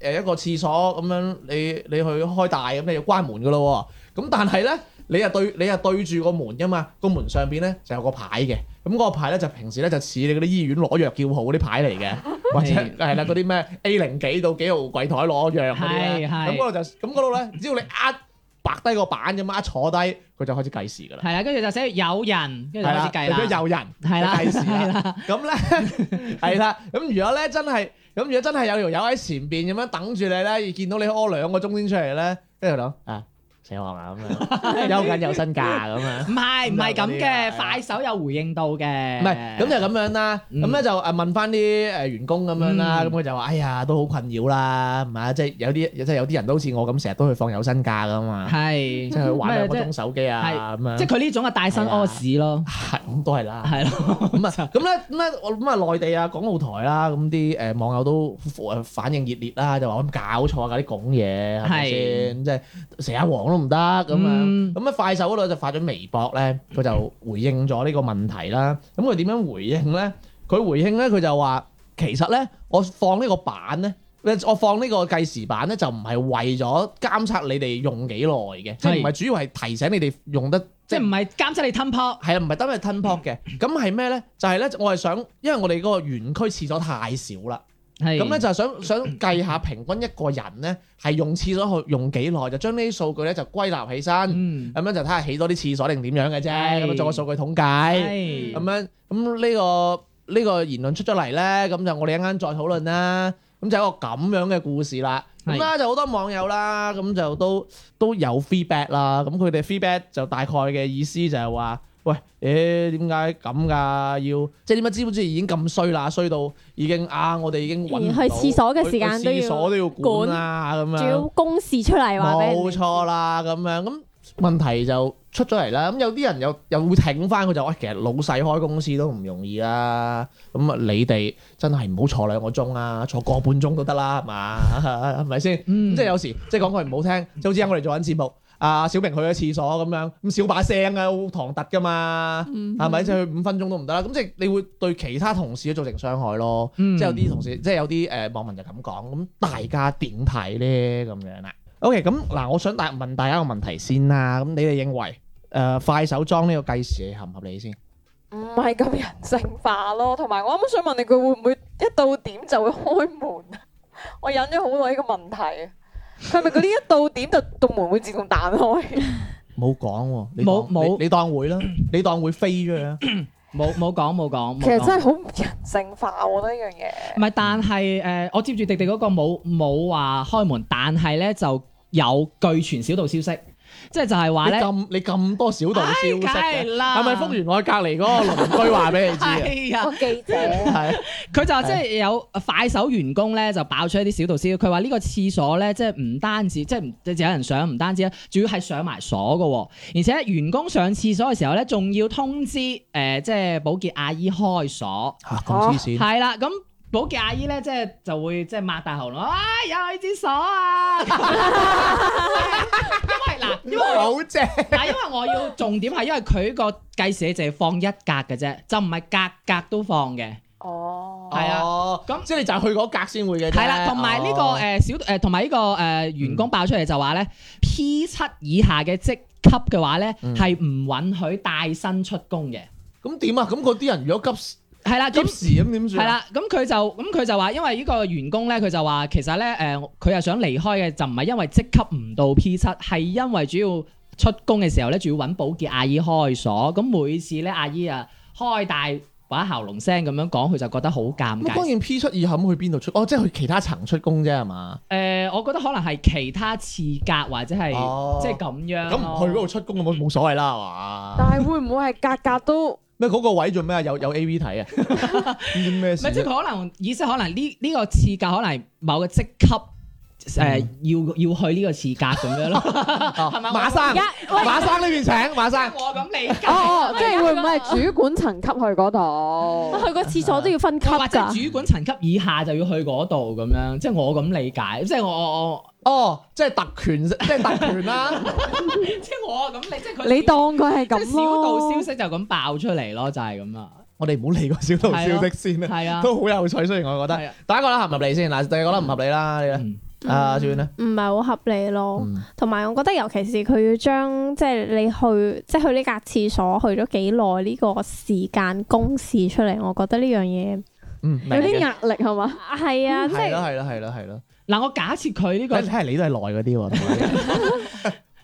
誒、一個廁所咁樣，你你去開大咁，你要關門噶咯喎。咁但係咧，你又對你又對住個門噶嘛，個門上邊咧就有個牌嘅。咁嗰個牌咧就平時咧就似你嗰啲醫院攞藥叫號嗰啲牌嚟 嘅，或者係啦嗰啲咩 A 零幾到幾號櫃台攞藥嗰啲咧。
係係
咁嗰度就咁嗰度咧，只要你呃白低個板咁一坐低，佢就開始計時噶啦。
係啦，跟住就寫有人，跟住就
係
開
啦，
始計
如果
啦。
有人
係啦
就計時啦，咁咧 係啦，咁如果咧真係，咁如果真係有條友喺前邊咁樣等住你咧，而見到你屙兩個鐘先出嚟咧，跟住諗啊死我啦咁樣，休緊有薪假咁 樣。
唔係唔係咁
咁就嗰啲
嘅，
啊
快手有回應到嘅。
唔係，咁就咁樣啦。
嗯
咁咧就誒問翻啲誒員工咁樣啦，
嗯
咁佢就話：哎呀，都好困擾啦，唔係即係有啲即係有啲人都好似我咁，成日都去放有薪假噶嘛，
係
即係去玩兩個
咩即係
鐘手機啊咁樣，
即係佢呢種嘅帶薪屙屎咯，
係咁都係啦。
係 咯。
咁啊，咁咧咁咧，我咁啊，內地啊，港澳台啦，咁啲誒網友都誒反應熱烈啦，就話咁搞錯啊，搞啲講嘢係咪先？即係成日黃都唔得咁樣。
嗯
咁啊，快手嗰度就發咗微博咧，佢就回應咗呢個問題啦。咁佢點樣回應咧？佢回應咧，佢就話其實咧，我放呢個版咧。我放呢個計時版咧，就唔係為咗監測你哋用幾耐嘅，即係唔係主要係提醒你哋用得
即係唔係監測你吞泡？
係啊，唔係單係吞泡嘅，
嗯
咁係咩咧？就係、咧，我係想，因為我哋嗰個園區廁所太少啦，
係
咁咧就係想想計下平均一個人咧係用廁所去用幾耐，就將呢啲數據咧就歸納起身，咁、
嗯
樣就睇下起多啲廁所定點樣嘅啫，
係
咁啊樣做個數據統計，
係
咁樣咁呢、個呢、個言論出咗嚟咧，咁就我哋一陣間再討論啦。咁就有一個咁樣嘅故事啦，咁
係
啦就好多網友啦，咁就都都有 feedback 啦，咁佢哋 feedback 就大概嘅意思就係話，喂，誒點解咁㗎？要即係點解資本主義已經咁衰啦，衰到已經啊，我哋已經揾唔
連
到
去廁所嘅時間
去
都要
去廁所都要管啦，咁
仲要
樣
公示出嚟話俾人
啊冇錯啦，咁樣咁問題就出咗嚟啦。咁有啲人又又會挺翻佢就話，喂其實老細開公司都唔容易啦，咁啊你哋真係唔好坐兩個鐘啊，坐個半鐘都得啦，係嘛？係咪先？
嗯
即係有時即係講句唔好聽，即係好似我哋做緊節目，啊小明去咗廁所咁樣，咁少把聲啊，好唐突噶嘛，
嗯
係咪？即係去五分鐘都唔得啦，咁即係你會對其他同事都造成傷害咯。
嗯
即係有啲同事，即係有啲誒網民就咁講，咁大家點睇咧？咁樣啦。OK，咁嗱，我想大問大家一個問題先啦。咁你哋認為誒、呃快手裝呢個計時合唔合理先？
唔係咁人性化咯，同埋我啱啱想問你，佢會唔會一到點就會開門啊？ 我忍咗好耐呢個問題啊，佢係咪嗰啲一到點就 道門會自動彈開？
冇講喎，你
冇
當
冇
你你 當會啦，你當會飛咗佢啦。
冇冇講冇講，冇
其實
講
真係好唔人性化，我覺得呢樣嘢。
唔係，但係誒、呃我接住迪迪嗰個冇冇話開門，但係咧就有據傳小道消息，即係就係話
你
咧，
咁你咁多小道消息
梗
嘅。
係啦，
係咪福原愛隔離嗰個鄰居話俾你知啊？
係啊，
個哦記者
係
佢就話即係有呃快手員工咧就爆出一啲小道消息，佢話呢個廁所咧即係唔單止即係唔即係有人上，唔單止咧，仲要係上埋鎖嘅喎，而且員工上廁所嘅時候咧，仲要通知誒、呃即係保潔阿姨開鎖。
嚇咁黐線，
係啦，咁保潔阿姨咧，即係就會即係擘大喉嚨，啊有去廁所啊！ 因為嗱，因為
好正。
嗱，因為我要重點係因為佢個計時淨係放一格嘅啫，就唔係格格都放嘅。
哦，
係啊
哦
咁
即係你就係去嗰格先會嘅啫。
係啦，同埋呢個
哦
誒小誒，同埋呢個誒員工爆出嚟就話咧，P 七以下嘅職級嘅話咧，
嗯
係唔允許帶薪出工嘅。
咁點啊？咁嗰啲人如果急
係啦，
咁
咁
時咁點
系
算啊？
啦，咁佢就咁佢就話，因為呢個員工咧，佢就話其實咧，诶、佢係想離開嘅，就唔係因為職級唔到 P 七，係因為主要出工嘅時候咧，仲要揾保潔阿姨開鎖，咁每次咧阿姨啊開大把喉嚨聲咁樣講，佢就覺得好尷
咁關
尬。
鍵 P 出二冚去邊度出？哦，即係去其他層出工啫係嘛？
诶、我覺得可能係其他次格或者係
哦
即係咁樣
咁
咯。
唔去嗰度出工咁冇冇所謂啦係嘛？
但係會唔會係格格 都
咩嗰個位做咩啊？有有 A V 睇啊？ 唔知咩
唔
事啊
係即係
啫？
佢可能意思可能呢呢、個次格可能係某個職級誒、
嗯
要要去呢個次格咁樣 咯，
哦
係咪
馬生，馬生呢邊請馬生。
我咁理解。
哦哦，即係會唔會係主管層級去嗰 度？
去個廁所都要分級
或者
㗎。
主管層級以下就要去嗰度咁樣，即係我咁理解，即係我我我，
哦，即係特權，即係特權啦。
即係我咁理，即係佢
你當佢係
即係
咁
小道
咯
消。息就咁爆出嚟咯，就係咁啊，
我哋唔好理個小道消息先啦，
係啊，
都好有趣。雖然我覺得
係啊
第一個啦合唔合理先，嗱第二個啦唔合理啦，你咧
嗯
啊算啦。
唔係好合理咯，
嗯
同埋我覺得尤其是佢要將即係你去即係去呢間廁所去咗幾耐呢個時間公示出嚟，我覺得呢樣嘢
嗯，明
有啲
嘅
壓力係嘛？
係啊，即
嗯係
係
啦係啦係啦係啦。
嗱，我假設佢呢個
睇睇，下你都係耐嗰啲喎同埋。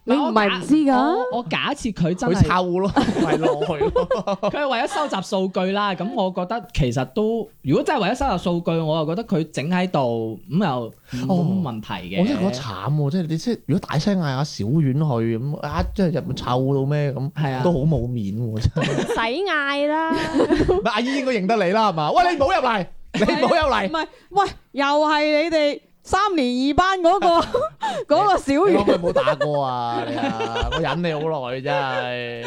你唔係唔知㗎，
我我假設佢 真
佢
係。
臭咯，唔係落去咯。
佢係為咗收集數據啦，咁我覺得其實都，如果真係為咗收集數據，我又覺得佢整喺度咁又嗯冇問題嘅。
哦我真係覺得慘喎，即係你即係如果大聲嗌阿小婉去咁啊，即係入面臭到咩咁，
係啊
都好冇面喎真 係。
唔使嗌啦，
唔係阿姨應該認得你啦，係嘛？喂，你唔好入嚟，你唔好入嚟
唔。係，喂，又係你哋三年二班嗰個嗰個小
你
月
可唔可以唔好打 歌啊？你啊，我忍你好耐真係。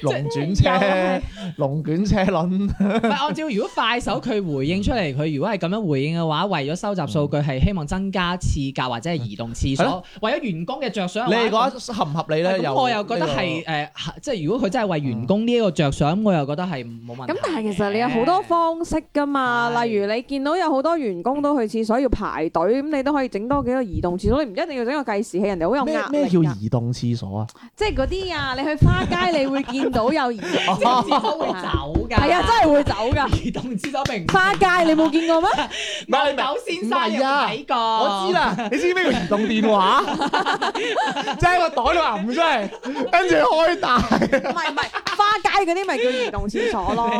龍捲 車，龍捲車輪，
唔係按照如果快手佢回應出嚟，佢如果係咁樣回應嘅話，為咗收集數據係希望增加次格或者係移動次
係
所
咯，
為咗員工嘅着想嘅
你
話。
哋
咁
覺得合唔合理咧？
咁我又覺得係誒，呃即係如果佢真係為員工呢一個着想，咁我又覺得係冇問題嘅。
咁但係其實你有好多方式㗎嘛，
係
例如你見到有好多員工都去廁所要排隊，咁你都可以整多幾個移動廁所，你唔一定要整個計時器，人哋好有
咩
壓
咩
力啊
叫
㗎。
移動廁所啊？
即係嗰啲啊，你去花街你會見到有移動廁
自
所，
動廁所會走㗎。
係啊，啊真係會走㗎。
移動廁所並唔
花街你冇見過咩？
唔係
狗先
唔係啊
生有冇睇過？
我知啦，你知唔知咩叫移動電話？ 即係喺個袋度揞出嚟，跟住開大，
唔係唔係，花街嗰啲咪叫移動廁所咯。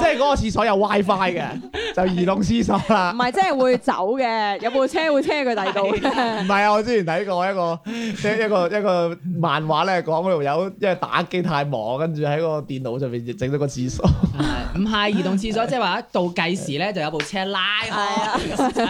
即係嗰個廁所有 WiFi 嘅，就移動廁所
唔
啦。
係，即係會走嘅，有部車會車佢第二度 嘅。
唔係啊！我之前睇過一個一一個一個漫畫咧，講嗰度有因為打機太忙，跟住喺個電腦上面整咗個廁所。
係唔係移動廁所，即係話一到計時咧，就有部車拉開。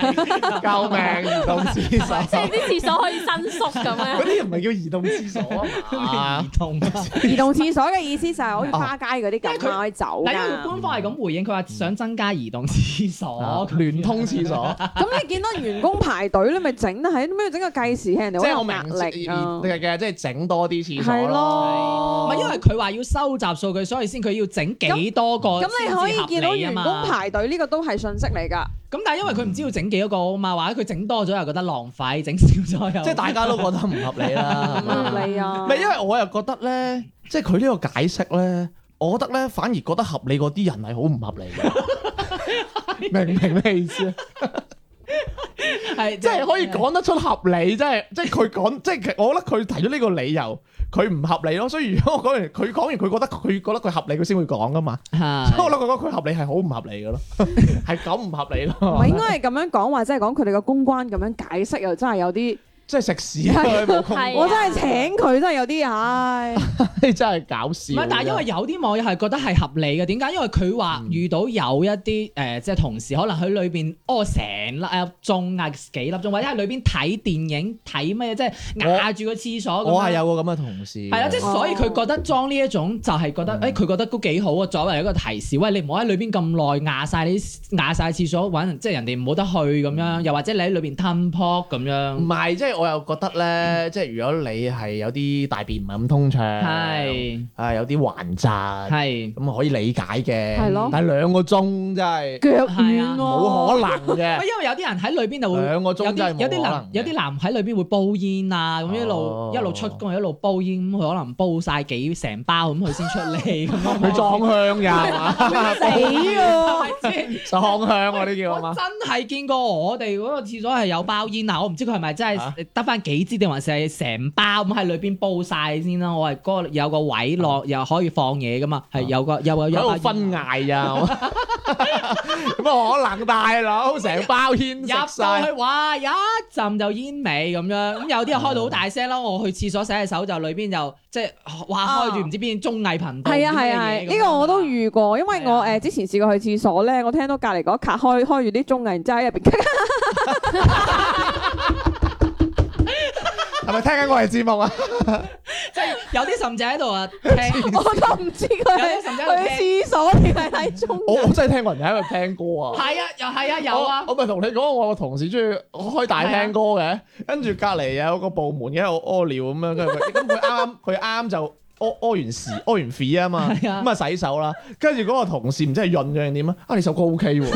救命！移動廁所，
即係啲廁所可以伸縮咁 樣。
嗰啲唔係叫移動廁所啊嘛
移。動啊！
移動廁所嘅意思就係好似花街嗰啲咁啊，可以走
但因為
㗎。
官方係咁回應，佢話想增加移動廁
啊
所，
聯通廁 所，
咁你見到員工排隊，你咪整啦，係咩整個計時器，人哋
即係
好有
我明
壓力啊。
嘅嘅，即係整多啲廁所
係
唔
咯，
係因為佢話要收集數據，所以先佢要整幾多個
咁你可以
先
見
至
到
合理啊
員
嘛
工排隊呢個都係信息嚟㗎。
咁，但係因為佢唔知要整幾多個啊嘛，或者佢整多咗又覺得浪費，整少咗又
即係大家都覺得唔合理啦，係嘛？
你啊
唔，係因為我又覺得咧，即係佢呢個解釋咧，我覺得咧反而覺得合理嗰啲人係好唔合理嘅。 明唔明咩意思啊？
係
即係可以講得出合理，即係即係佢講，即係我覺得佢提咗呢個理由，佢唔合理咯。所以如果我講完， 佢講完，佢覺得佢覺得佢合理，佢先會講噶嘛。所以我
係
覺得佢合理係好唔合理 嘅咯，係咁唔合理
唔
咯
係。應該係咁樣講，或者係講佢哋個公關咁樣解釋，又真係有啲，
即係食屎啊！佢冇空
係啊
我真係請佢真係有啲，唉，
真係搞笑
唔
㗎。
係，但係因為有啲網友係覺得係合理嘅，點解？因為佢
嗯
話遇到有一啲誒、呃即係同事可能喺裏邊屙成粒誒鐘啊幾粒鐘，或者喺裏邊睇電影睇咩，即係壓住個廁所咁樣。
我係有個咁嘅同事嘅，
係啦，啊即係所以佢覺得裝呢一種就係覺得，誒
哦嗯
佢、覺得都幾好啊，作為一個提示，喂你唔好喺裏邊咁耐，壓晒你
嗯
壓晒廁所，揾即係人哋冇得去咁樣，又或者你喺裏邊吞泡咁
唔
樣，
係，即係係我又覺得
嗯
咧，即係如果你係有啲大便唔係咁通暢，
係
啊有啲頑疾，
係
咁可以理解嘅。
係咯
但係兩個鐘真係
腳
係
軟
啊
喎，
哦
冇可能
喂，
嘅，
因為有啲人喺裏邊就會
兩個
有
鐘真係啊
啲有啲
冇可
男
能嘅。
有啲男喺裏邊會煲煙啊，咁一
哦
路一路出工一路煲煙，咁佢可能煲晒幾成包咁，佢先出嚟 咁樣。
佢撞香㗎 係嘛？
啊
死喎！
撞香啊呢叫係
我
嘛？
真係見過我哋嗰個廁所係有包煙啊！我唔知佢係咪真
啊
係得翻幾支定還是係成包咁喺裏邊煲晒先啦。我係嗰個有個位落又可以放嘢噶嘛，係有個有個
啊喺
有包
度
煙啊
分嗌咋， 咁啊可能大佬成包煙
入
食
到
晒
去，，哇！一陣就煙味咁樣，咁有啲人開到好大
啊
聲啦。我去廁所洗下手就裏邊就即係哇開住唔知邊綜藝頻道，
係啊
唔知
係啊
咩嘢
係，
咁
呢
樣
個我都
啊
遇過，因為
係
我
啊
誒之前試過去廁所咧，我聽到隔離嗰一卡開開住啲綜藝，然之後喺入邊
係咪聽緊我哋節目啊？
有啲甚至喺度啊 聽。
我都唔知佢
有
係
啲甚至喺度聽
去廁所定係睇綜
我
藝。
我真係聽過人哋喺度聽歌啊！
係啊，又係啊，有啊
我，我咪同你講，我個同事中意開大聽歌嘅，跟住隔離有個部門嘅喺度屙尿咁 樣，跟住佢咁佢啱啱佢啱就屙屙完屎屙完屎啊嘛，
係啊
咁啊洗手啦，跟住嗰個同事唔知係潤咗定點啊，啊你首歌 O K 喎。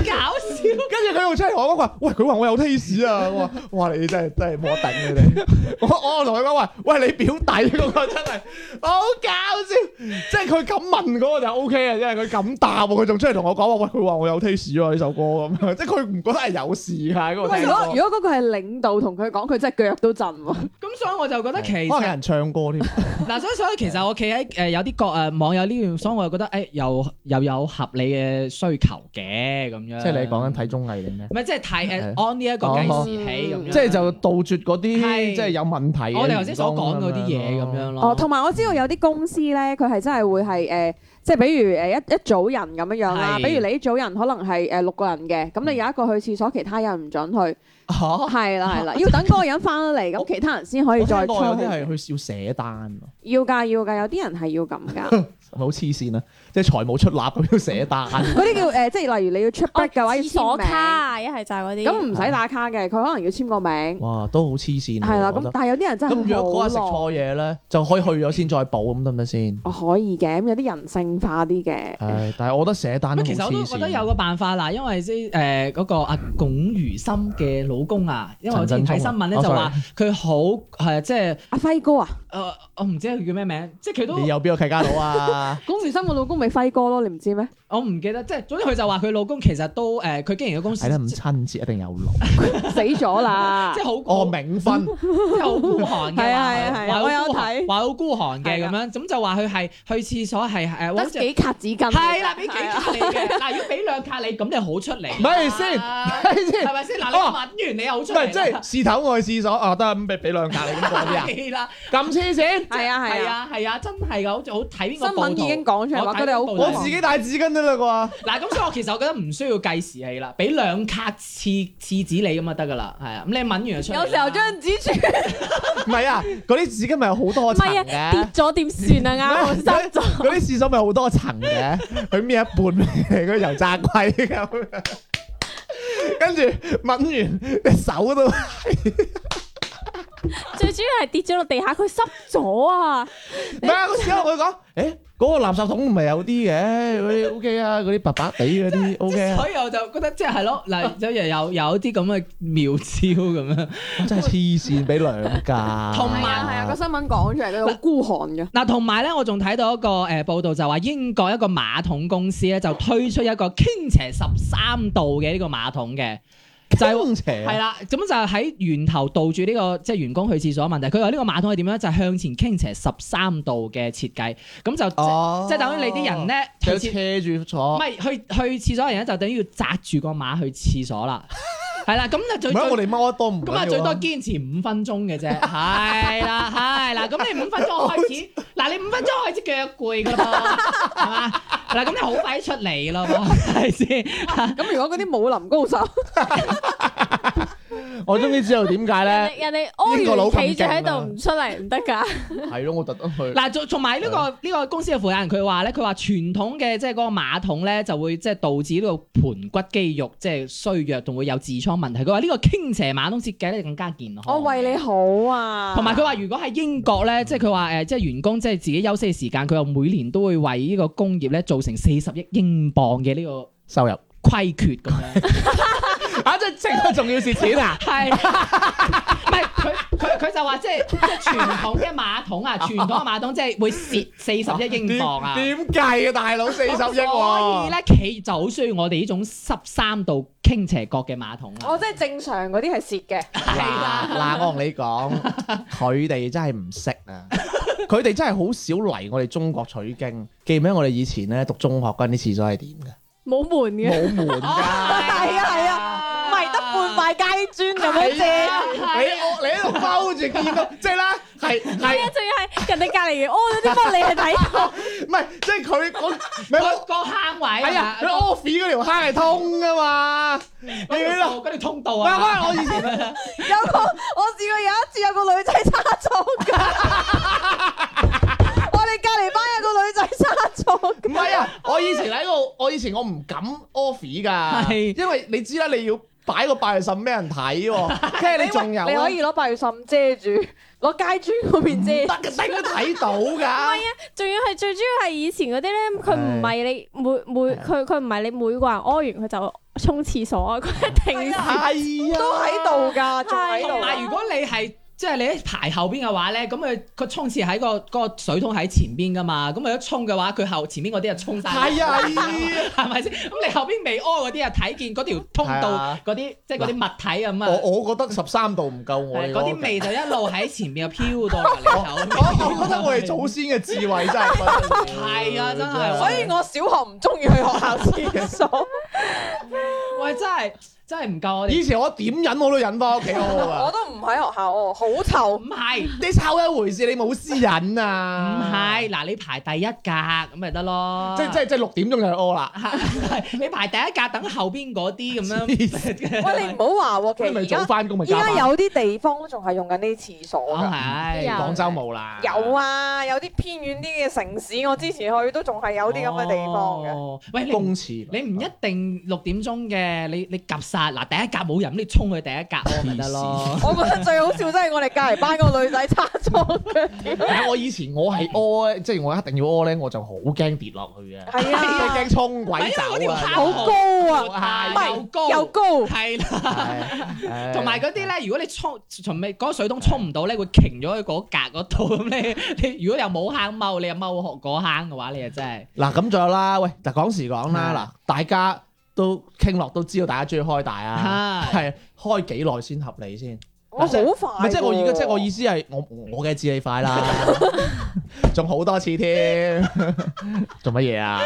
搞笑。
跟住佢又出嚟同我講話，喂，佢話我有 taste 啊！我話，哇，你真係真係冇得頂你哋！ 我我同佢講話，喂，你表弟嗰個真係好搞笑，即係佢咁問嗰個就 O K 啊，因為佢咁答喎，佢仲出嚟同我講話，喂，佢話我有 taste 啊呢首歌咁樣， 即係佢唔覺得係有事㗎嗰個
喂
聽
如果
歌。
如果嗰個係領導同佢講，佢真係腳都震喎。
咁所以我就覺啊得其
可能有
實
人唱歌添，
嗱，所以所以其實我企喺誒有啲國誒網友呢段，所以我就覺得誒又又有合理嘅需求嘅咁樣。
即係你講緊睇綜藝定咩？
唔係即係睇誒按呢一個計時器咁樣。
哦即係就杜絕嗰啲
係
即係有問題嘅員工咁樣咯。
我哋頭先所講嗰啲嘢咁樣咯。
哦，同埋我知道有啲公司咧，佢係真係會係誒、呃即係比如誒一一組人咁樣樣啦，
係
比如你呢組人可能係誒六個人嘅，
嗯
咁你有一個去廁所，其他人唔准去，
哦
嚇。
係啦 係啦，要等嗰個人翻嚟，咁其他人先可以
我
再
聽
出
過有啲
去。
係去要寫單喎。
要㗎要㗎，有啲人係要咁 㗎，
係咪好黐線啊！即係財務出納咁樣寫單，
嗰啲叫誒、呃即係例如你要出
哦
筆嘅話要
廁所
簽
卡
名，
啊，一係就係嗰啲。
咁唔使打卡嘅，佢可能要簽個名，
哇，都好黐線啊。
係啦，
我覺
咁
得
但係有啲人真係
咁如果嗰日食
好耐。
錯嘢咧，就可以去咗先再補，咁得唔得先？
哦可以嘅，咁有啲人性化啲嘅，
唉，但係我覺得寫單都
咁
好
其實我都
黐
覺得
線。
有個辦法啦，因為即誒嗰個阿龔如心嘅老公啊，因為我之前睇新聞咧
陳振聰啊
就話佢好係即係
阿輝哥啊，
誒我唔知佢叫咩名，即係佢都
你有邊個契家佬 啊？
龔如心個老公咪輝哥咯，你唔知咩？
我唔記得，即係總之佢就話佢老公其實都誒佢經營嘅公司
睇得唔親切，一 定有路。
死咗啦
即！係好
哦，明 分
即係好孤寒嘅，
係啊係啊係啊
話好
我有
孤寒
睇啊
話好孤寒嘅咁樣，咁就話佢係去廁所係誒，
得
好似
幾啊卡紙巾？
係啦，俾幾卡你嘅，
啊
嗱，如果俾兩卡你，咁你好出嚟，
唔係先係先
係咪先？嗱，
哦
你問完你又好
唔
出嚟啦，
係即 係試頭我去廁所啊，得啊咁俾俾兩格你咁講啲啊，
係啦，
咁黐線！
係啊係
係
啊，
啊係啊，真係噶，好似好睇邊
新
個報
聞
道
已經講出嚟話佢哋好
我睇
我自己帶紙巾得啦啩，
嗱，咁所以我其實我覺得唔需要計時器啦，俾兩卡廁廁紙你咁就得噶啦，係啊，咁你問完就出嚟啦。
有時候張紙住
唔係啊，嗰啲紙巾咪有好
唔
多層
係啊，
嘅
跌。咗點算啊？啱好濕咗。
嗰啲廁所咪好多層嘅，佢搣一半俾你嗰啲油炸鬼咁，跟住抿完隻手都
最主要係跌咗落地下，佢濕咗啊！
唔係啊！嗰時我同佢講，誒、嗰、個垃圾桶唔係有啲嘅，嗰啲 OK 啊，嗰啲白白地嗰啲 OK 啊，
所以我就覺得即係係咯， 嗱，有有有啲咁嘅妙招咁樣。
我真係黐線，俾兩架。
同埋
係啊係啊，個新聞講出嚟佢好孤寒 嘅。
嗱，同埋咧，我仲睇到一個誒、呃、報道就話英國一個馬桶公司咧就推出一個傾斜十三度嘅呢個馬桶嘅，就係、
就邪
係
啊，
啦，咁就喺源頭導住呢、個即係員工去廁所嘅問題。佢話呢個馬桶係點樣呢？就係向前傾斜十三度嘅設計，咁就、
哦
即係等於你啲人咧去
就
廁
車住
唔
坐。
係去去廁所嘅人咧，就等於要擲住個馬去廁所 啦。係啦，咁就
唔
最
係
最
我哋踎得多唔緊
咁
要
啊，最多堅持五分鐘嘅啫， 係啦，係啦，咁你五分鐘開 始，嗱你五分鐘開始腳攰噶啦噃，係嘛？嗱咁你好快出嚟 咯噃，係咪先？
咁如果嗰啲武林高手，
我我終於知道 點解
人
咧，
哋人哋
英國
屙
佬咁
完企住喺
勁啊
度唔出嚟唔得㗎。
係咯，我特登去。
嗱，仲同埋呢個呢個公司嘅負責人佢話咧，佢話傳統嘅即係嗰個馬桶咧，就會即係導致呢個盤骨肌肉即係衰弱，仲會有痔瘡問題。佢話呢個傾斜馬桶設計咧更加健康。
我為你好啊！
哦同埋佢話，如果喺英國咧，即係佢話誒，呃即係員工即係自己休息嘅時間，佢又每年都會為呢個工業咧造成四十億英鎊嘅呢個
收入
虧缺咁樣。
啊，即係淨係仲要蝕錢啊！
係， 唔係佢佢佢就話即係即係傳統嘅馬 桶啊，傳統嘅馬桶即係會蝕四十億英鎊啊。
點計啊，大佬四十億
所以
喎！
咧，企業就好需要我哋呢種十三度傾斜角嘅馬桶
我
啊。
即係正常嗰啲係蝕嘅，
嗱嗱，我同你講，佢哋真係唔識 啊！佢哋真係好少嚟我哋中國取經。記唔記得我哋以前咧讀中學嗰陣啲廁所係點嘅？
冇門嘅，
冇門
係
㗎。
啊係啊，唔係得半塊街磚咁樣
係
啫
啊。你我你喺度踎住 見到，即係咧係係
仲要係人哋隔離屙咗啲乜，你係睇 到。
唔係即係佢講咪
啊個個坑位
係啊，佢
嗰
off 嗰條坑係通噶嘛？你記唔記得？
條嗰條通道
喂哎喂，
啊。
我以前
有個我試過有一次有個女仔差裝㗎， 我哋隔離班有個女仔差裝㗎，
唔係啊，我以前喺度，我以前我唔敢 off 噶，
係
因為你知啦，你要擺個八月十五俾人睇喎， 跟住你仲有
你
啊
可以攞八月十五遮住，攞街磚嗰邊遮
得嘅，頂都睇到
唔
㗎。
係啊，仲要係最主要係以前嗰啲咧，佢唔係你每每佢佢唔係你每個人屙完佢就沖廁所啊，佢係定時
係啊，
都喺度㗎，仲喺
同埋
度。
如果你係即係你喺排後邊嘅話咧，咁佢佢沖廁喺個個水桶喺前邊噶嘛，咁佢一沖嘅話，佢後前邊嗰啲就沖晒。
係啊，係啊
係咪先？咁你後邊未屙嗰啲啊，睇見嗰條通
係
道
啊
嗰啲，即係嗰啲物體咁啊，
我我覺得十三度唔夠我
係
哋
嗰啲
嘅
味就一路喺前邊就飄到嚟
我
你口。
我我覺得我哋祖先嘅智慧真係不得了
係啊真係
所以我小學唔中意去學校廁 所，
喂，真係真係唔夠我哋。
以前我點忍我都忍翻屋企 屙
我
啊！
都唔喺學校哦，好臭
唔。係唔
你臭一回事，你冇私隱啊！
係，嗱你排第一格咁咪得咯。
即即即六點鐘就去屙啦。
係你排第一格等後邊嗰啲咁樣。
喂，你唔好話喎，其
你咪
實
早
而家
翻工咪
而
加
家啊
班。
有啲地方仲係用緊呢啲廁所
講
㗎。
哦係
有
廣州冇啦。
有。啊，有啲偏遠啲嘅城市，我之前去都仲係有啲咁嘅地方嘅。
哦。喂，你唔
公廁。啊
你唔一定六點鐘嘅，你你及殺嗱第一格冇人，咁你衝去第一格屙咪得咯。
我覺得最好笑真係我哋隔離班個女仔差裝嘅，
但係我以前我係屙咧，即係我一定要屙咧，我就好驚跌落去嘅，
係
即係
啊，
驚衝鬼
係啊嗰
走
條
啊！
好
坑
高 啊，
啊
唔
又
係
高
又高，
係啦。
係
同埋嗰啲咧，如果你衝從未嗰個水桶衝唔到咧，會擎咗去嗰格嗰度咁你 你如果又冇坑踎，你又踎學嗰坑嘅話，你就真係
嗱咁仲有啦，喂，嗱講時講啦，嗱大家都傾落都知道大家中意開大啊，
係
係開幾耐先合理先？
我好
唔
快。
係即係我而家即係我意，思係我我嘅智力 快啦，仲好多次添， 做乜嘢啊？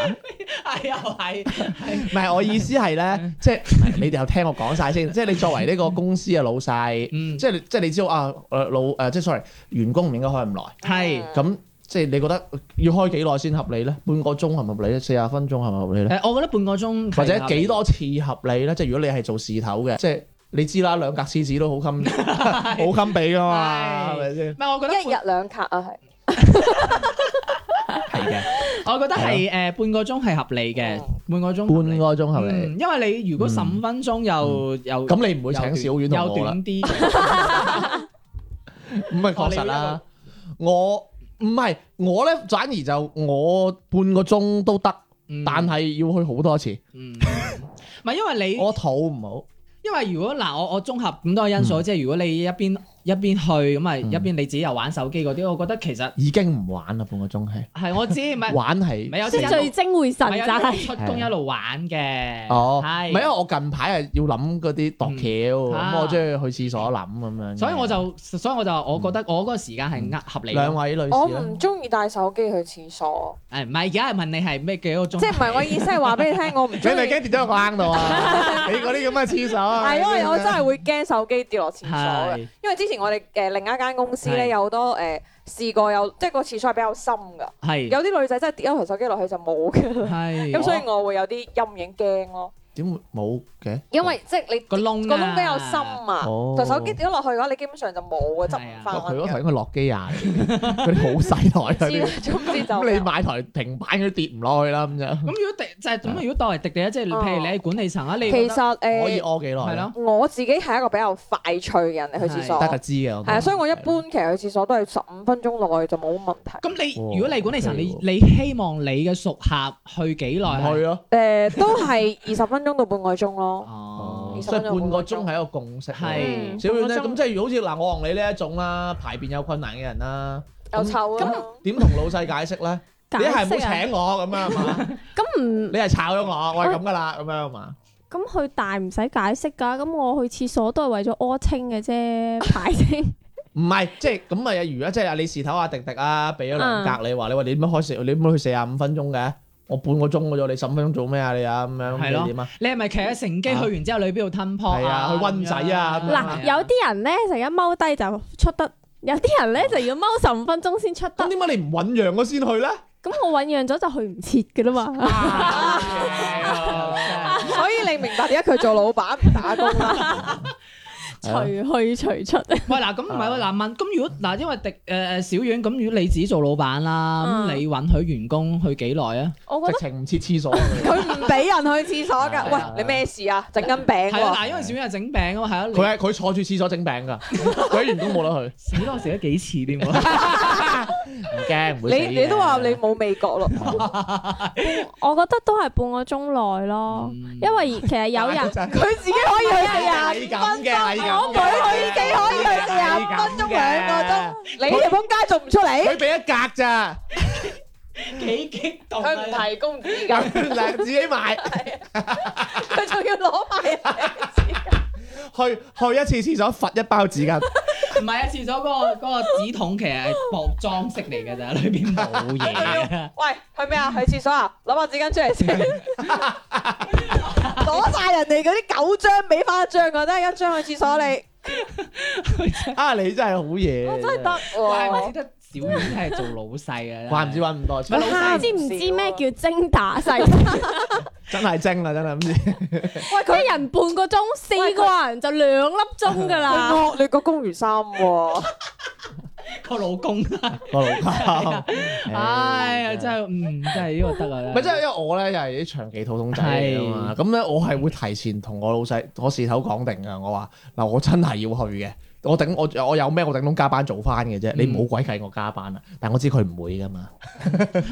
係又係
唔係我意思係咧，
嗯
即係唔係你哋又聽我講晒 先，即係你作為呢個公司嘅老 細，
嗯
即係你即係你知道啊，誒老誒即係 sorry，員工唔應該開咁耐，
係。
嗯
咁即係你覺得要開幾耐先合理咧？半個鐘合唔合理咧？四十分鐘合唔合理咧？
誒，我覺得半個鐘係
或者
合理
幾多次合理咧？即係如果你係做事頭嘅，即係你知啦，兩格獅子都好 襟好襟比噶嘛，係
係
咪先
唔？係，我覺得
一日兩卡啊，係
係嘅，
我覺得係誒半個鐘係合理嘅，
哦
半個鐘合理
啊半個鐘合理。
嗯，因為你如果十五分鐘又又
咁你唔會請小遠同
又
我啦？
短啲，
唔係確實啦，我唔係我咧，反而就我半個鐘都得，
嗯
但係要去好多次，
嗯唔係因為你
我肚唔好。
因為如果嗱，我我綜合咁多因
嗯
素，即係如果你一邊一邊去咁啊，一邊你自己又玩手機嗰啲，我覺得其實
已經唔玩啦，半個鐘係
係我知，唔 係
玩係
唔係有
即
啲
係
人
聚精會神
唔係
就
有
啊
係
啲人出工一路玩嘅，
哦，唔係
係
因為我近排係要諗嗰啲度
嗯
橋，咁
啊
我中意去廁所諗咁樣。
所以我就所以我就我覺得我嗰個時間係呃合理嘅。
嗯兩位女士
我
啦
唔中意帶手機去廁
哦
所，
誒唔係而家係問你係咩幾個鐘？啊
即係唔係我意思係話俾你聽，我唔
你
中
咪
意
驚。跌咗個坑度啊！ 你嗰啲咁嘅廁所 啊
係，因為我真係會驚手機跌落廁所嘅
係。
因為之前我哋誒另一間公司
係
咧有好多誒試過有，即係個廁所係比較深㗎。
係
有啲女仔真係跌咗台手機落去就冇㗎啦。
係
咁所以我會有啲陰影驚咯。
點會冇嘅？
因為即係你
個窿
個
啊
窿比較深啊
哦，
就手機掉咗落去嘅話，你基本上就冇嘅，執
係啊
唔翻
哇佢嗰台
嘅。
應該諾基 亞嚟嘅，嗰啲好細台
知
嗰
啦
啲。，
總之就啊
咁你買台平板佢跌唔落去啦，咁樣
咁如果滴就係咁，如果當係滴地咧，即係譬如你喺管理層啊，你
其
覺得
實
可
誒，
以屙幾耐？啊
係咯，
我自己係一個比較快脆嘅人嚟去廁所，
得個
係
知嘅。我覺得
啊，所以我一般其實去廁所都係十五分鐘內就冇乜問題。
咁你
哇
如果你管理層，你
哦係
你希望你嘅熟客去幾耐係？
唔去啊咯，
誒，都 係二十分鐘到半個鐘咯。
哦
二十
所以
分鐘
半個鐘係一個共
嗯
識。
係
小遠
半個
咧，
鐘
咁即係好似嗱，我同你呢一種啦，排便有困難嘅人啦，
有臭啊！
點同老細解釋咧？你一係唔好請我咁啊嘛，
啊咁唔
你係炒咗我，我係咁噶啦，咁樣啊嘛。
咁佢大唔使解釋㗎，咁我去廁所都係為咗屙清嘅啫，排清。
唔係，即係咁啊！如果即係你試頭啊，迪迪啊，俾咗兩格你話，你話你點樣開四，你點樣去四十五分鐘嘅？我半個鐘嘅啫，你十五分鐘做咩啊？你啊咁
係
樣
咯
你點啊？
你係咪騎喺乘機
啊
去完之後，你去邊度吞泡
係啊
啊？
去灣仔 啊咁樣
嗱，有啲人咧成日踎低就出得，有啲人咧就要踎十五分鐘先出得
咁。點解你唔醖釀我先去咧？
咁我醖釀咗就去唔切㗎啦 嘛。
啊
所以你明白點解佢做老闆唔打工啦？
除去除出，
喂嗱，咁唔
啊
係喎嗱問，咁如果嗱，因為迪誒誒小遠，咁如果你自己做老闆啦，咁
嗯
你允許員工去幾耐啊？
我覺
直
得
情唔切廁所 啊。佢
佢唔俾人去廁所㗎。
係啊
喂，你咩事啊？整緊餅
係啊，
喎。
嗱，因為小遠係整餅啊嘛，係啊，你
佢係佢坐住廁所整餅 㗎，佢啲員工冇得去，
死咯，我食咗幾次添喎。
唔驚唔會死嘅哦
你你都話你冇味覺咯，
我覺得都係半個鐘內咯，因為其實 有 人
真係
佢自己可以去
係
四十五
咁
分
嘅係
鐘，
啊咁
我佢佢已經可以去四十五分鐘兩個鐘，你條風街做唔出嚟？
佢俾一格咋，
幾激動
佢唔
啊！
提供紙 巾，
嗱自己買，
佢仲要攞埋
去去一次廁所罰一包紙巾，
唔係啊，廁所嗰個嗰個紙筒其實係薄裝飾嚟㗎咋，裏邊冇嘢啊。
喂，去咩啊？去廁所啊？攞把紙巾出嚟先，攞晒人哋嗰啲九張俾翻一張我，得一張去廁所你，
啊你真係好嘢，
真係得
怪唔
喎
知。得小遠係做老細啊。
怪唔知揾咁多
喂
錢，
老細
知唔啊知咩叫精打細 算？
真係精啊真係 唔知，
喂，
即
佢
係人半個鐘，四個人就兩粒鐘㗎
佢
啦。
惡劣過公餘三喎，
個老公？
我老
啊
公，
唉呀，真係嗯，真係呢個得啊。
咪即係因為我咧又係啲長期肚痛仔嚟㗎嘛，咁咧我係會提前同我老細我事頭講定㗎，我話嗱我真係要去嘅，我頂我我有咩我頂籠加班做翻嘅啫，
嗯
你唔好鬼計我加班啦，但我知佢唔會㗎嘛，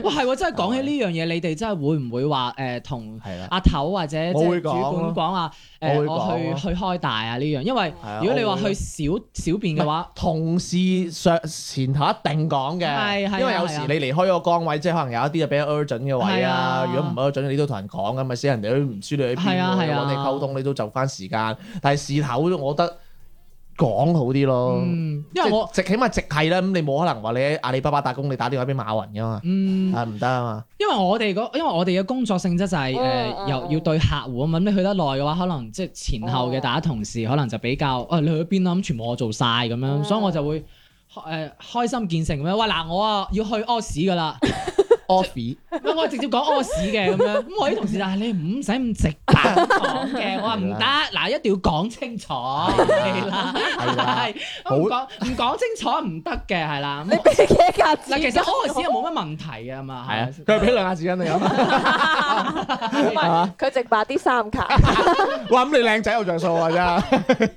哇，係喎！真係
啊
講起呢樣嘢，你哋真係會唔會話誒同
係啦。
阿頭或者即
我
係
會講啊
主管講話
我會
誒，
講
我
咯
去去開大啊呢樣？因為
係啊
如果你話
我
去
會
小小便嘅話，
同事上前頭一定講
係係
嘅，
啊
因為有時你離開個崗位，即係可能有一啲就比較 urgent 嘅位
係
啊
啊。
如果唔 urgent，你都同人講㗎嘛，先人哋都唔知你去邊
係啊
喎，
係啊
揾你溝通，你都就翻時間。但係事頭，我覺得講好啲咯。
嗯，因為我
即直起碼直係啦，咁你冇可能話你喺阿里巴巴打工，你打電話俾馬雲㗎嘛，
嗯。
啊唔得啊嘛。
因為我哋嗰，因為我哋嘅工作性質就係
嗯
誒，
嗯
又
嗯
要對客戶啊嘛，咁你去得耐嘅話，可能即係前後嘅
哦
大家同事可能就比較，啊你去邊啦，咁全部我做晒咁樣，
嗯
所以我就會誒開心見誠咁樣，哇嗱我啊要去屙屎噶啦，
Office
咁 我直接講屙屎嘅咁樣，咁我啲同事就係你唔使咁直白講嘅，我話唔得，嗱一定要講清楚，係啦，
係 啦
係，咁唔講唔講清楚唔得嘅，係啦，
你
咁
俾幾格
嗱
紙
其
巾
實屙屎又冇乜問題嘅嘛，
係啊
咪，
佢係俾兩下紙巾你飲。啊
我？唔係佢直白啲三格。
哇，咁你靚仔有着數啊，真係，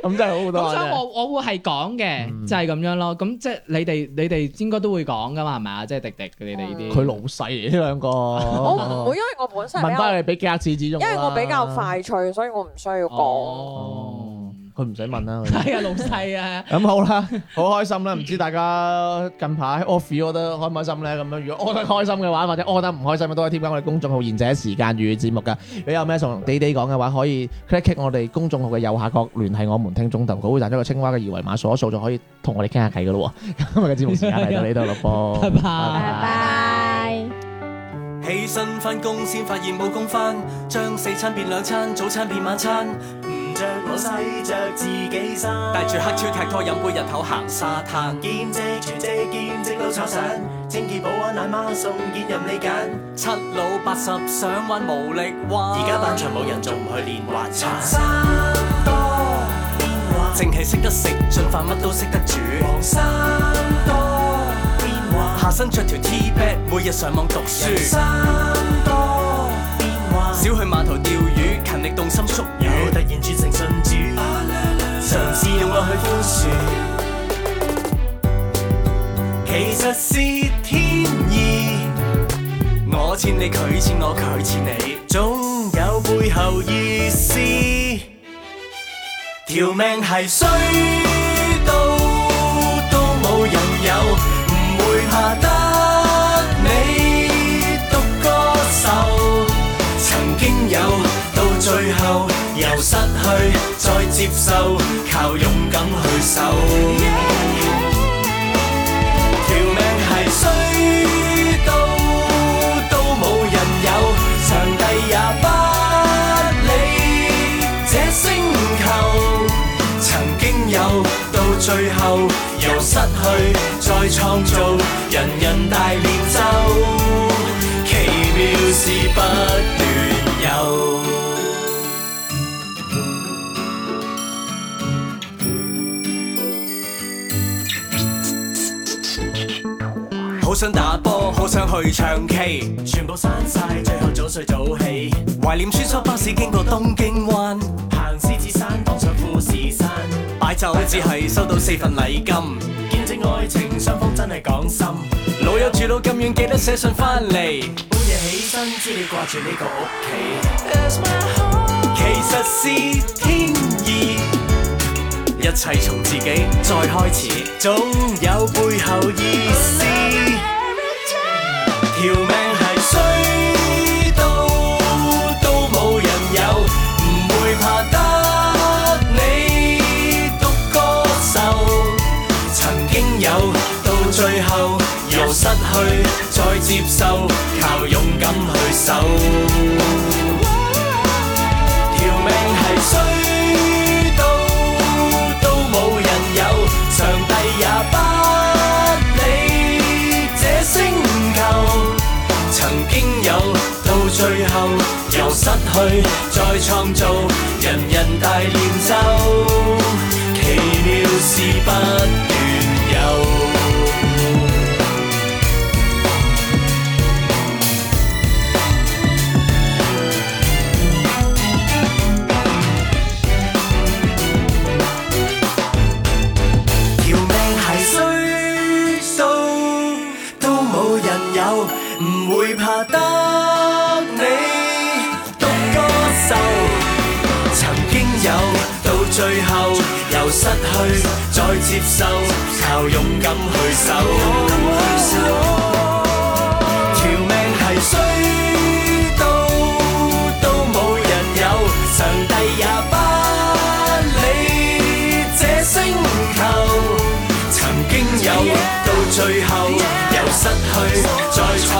咁真係好好多
咁
啊。
所
真
以
係
我我會係講嘅，
嗯
就係咁樣咯。咁即係你哋你哋應該都會講噶嘛，係咪啊？即係迪迪佢哋呢啲。
佢老細嚟呢兩個，
我唔會，因為我本身係比
問
較
翻，你俾幾下次紙
因
用，啊
為我比較。快脆，所以我唔需要講。
哦，
佢唔使問啦。佢
係啊，老細啊，
咁好啦，好開心啦！唔知大家近排 off 覺得開唔開心咧？咁樣如果 off 得開心嘅話，或者 off 得唔開心嘅，都可以添加我哋公眾號《賢者時間與節目》噶。如果有咩想同 D D 講嘅話，可以 click click 我哋公眾號嘅右下角聯繫我們聽眾投稿，會彈出個青蛙嘅二維碼，掃一掃就可以同我哋傾下偈噶咯喎。今日嘅節目時間嚟到呢度咯噃，
拜拜
拜拜。
起身翻工先發現冇工翻，將四餐變兩餐，早餐變晚餐，唔再着我洗着自己衫，
戴住黑超踢拖飲杯日頭行沙灘，
兼職全職兼職都炒散，清潔保安奶媽送件任你揀。
七老八十想玩無力玩，
而家板場冇人仲唔去練滑鏟，
山多變幻，淨係識得食，進化乜都識得煮。
黃山多變幻，
下身着條 T b a g 每日上網讀書。
山多變幻，
少去碼頭釣魚，勤力動心縮
有突
魚。
然轉成信主，嘗試用愛去寬恕。其實是天意，
我似你，佢似我，佢似你。
總有背後意思。條命係衰到都冇人有，唔會怕得你獨個受。曾經有，到最後由失去再接受，靠勇敢去受。條命係衰到都冇人有，上帝也不理這星球。曾經有，到最後由失去再創造，人人大練習，奇妙事不斷有。
好想打波，好想去唱 K，
全部刪晒，最後早睡早起，
懷念穿梭巴士經過東京灣，
行獅子山當上富士山，
擺酒只係收到四份禮金。
見證愛情雙方真係講心。
老友住到咁遠，記得寫信翻嚟。
半夜起身知你掛住呢個屋企，其實是天意，
一切從自己再開始。
總有背後意思。條命係衰到都冇人有，唔會怕得你獨個受。曾經有，到最後由失去再接受，靠勇敢去守。條命係衰到都冇人有，上帝也不理這星球。曾經有，到最後由失去再創造，人人大練習，奇妙事不斷有。條命係衰到都冇人有，唔會怕得你獨個受。曾經有，到最後由失去再接受，靠勇敢去守。條命係衰到都冇人有，上帝也不理這星球。曾經有，到最後由失去再創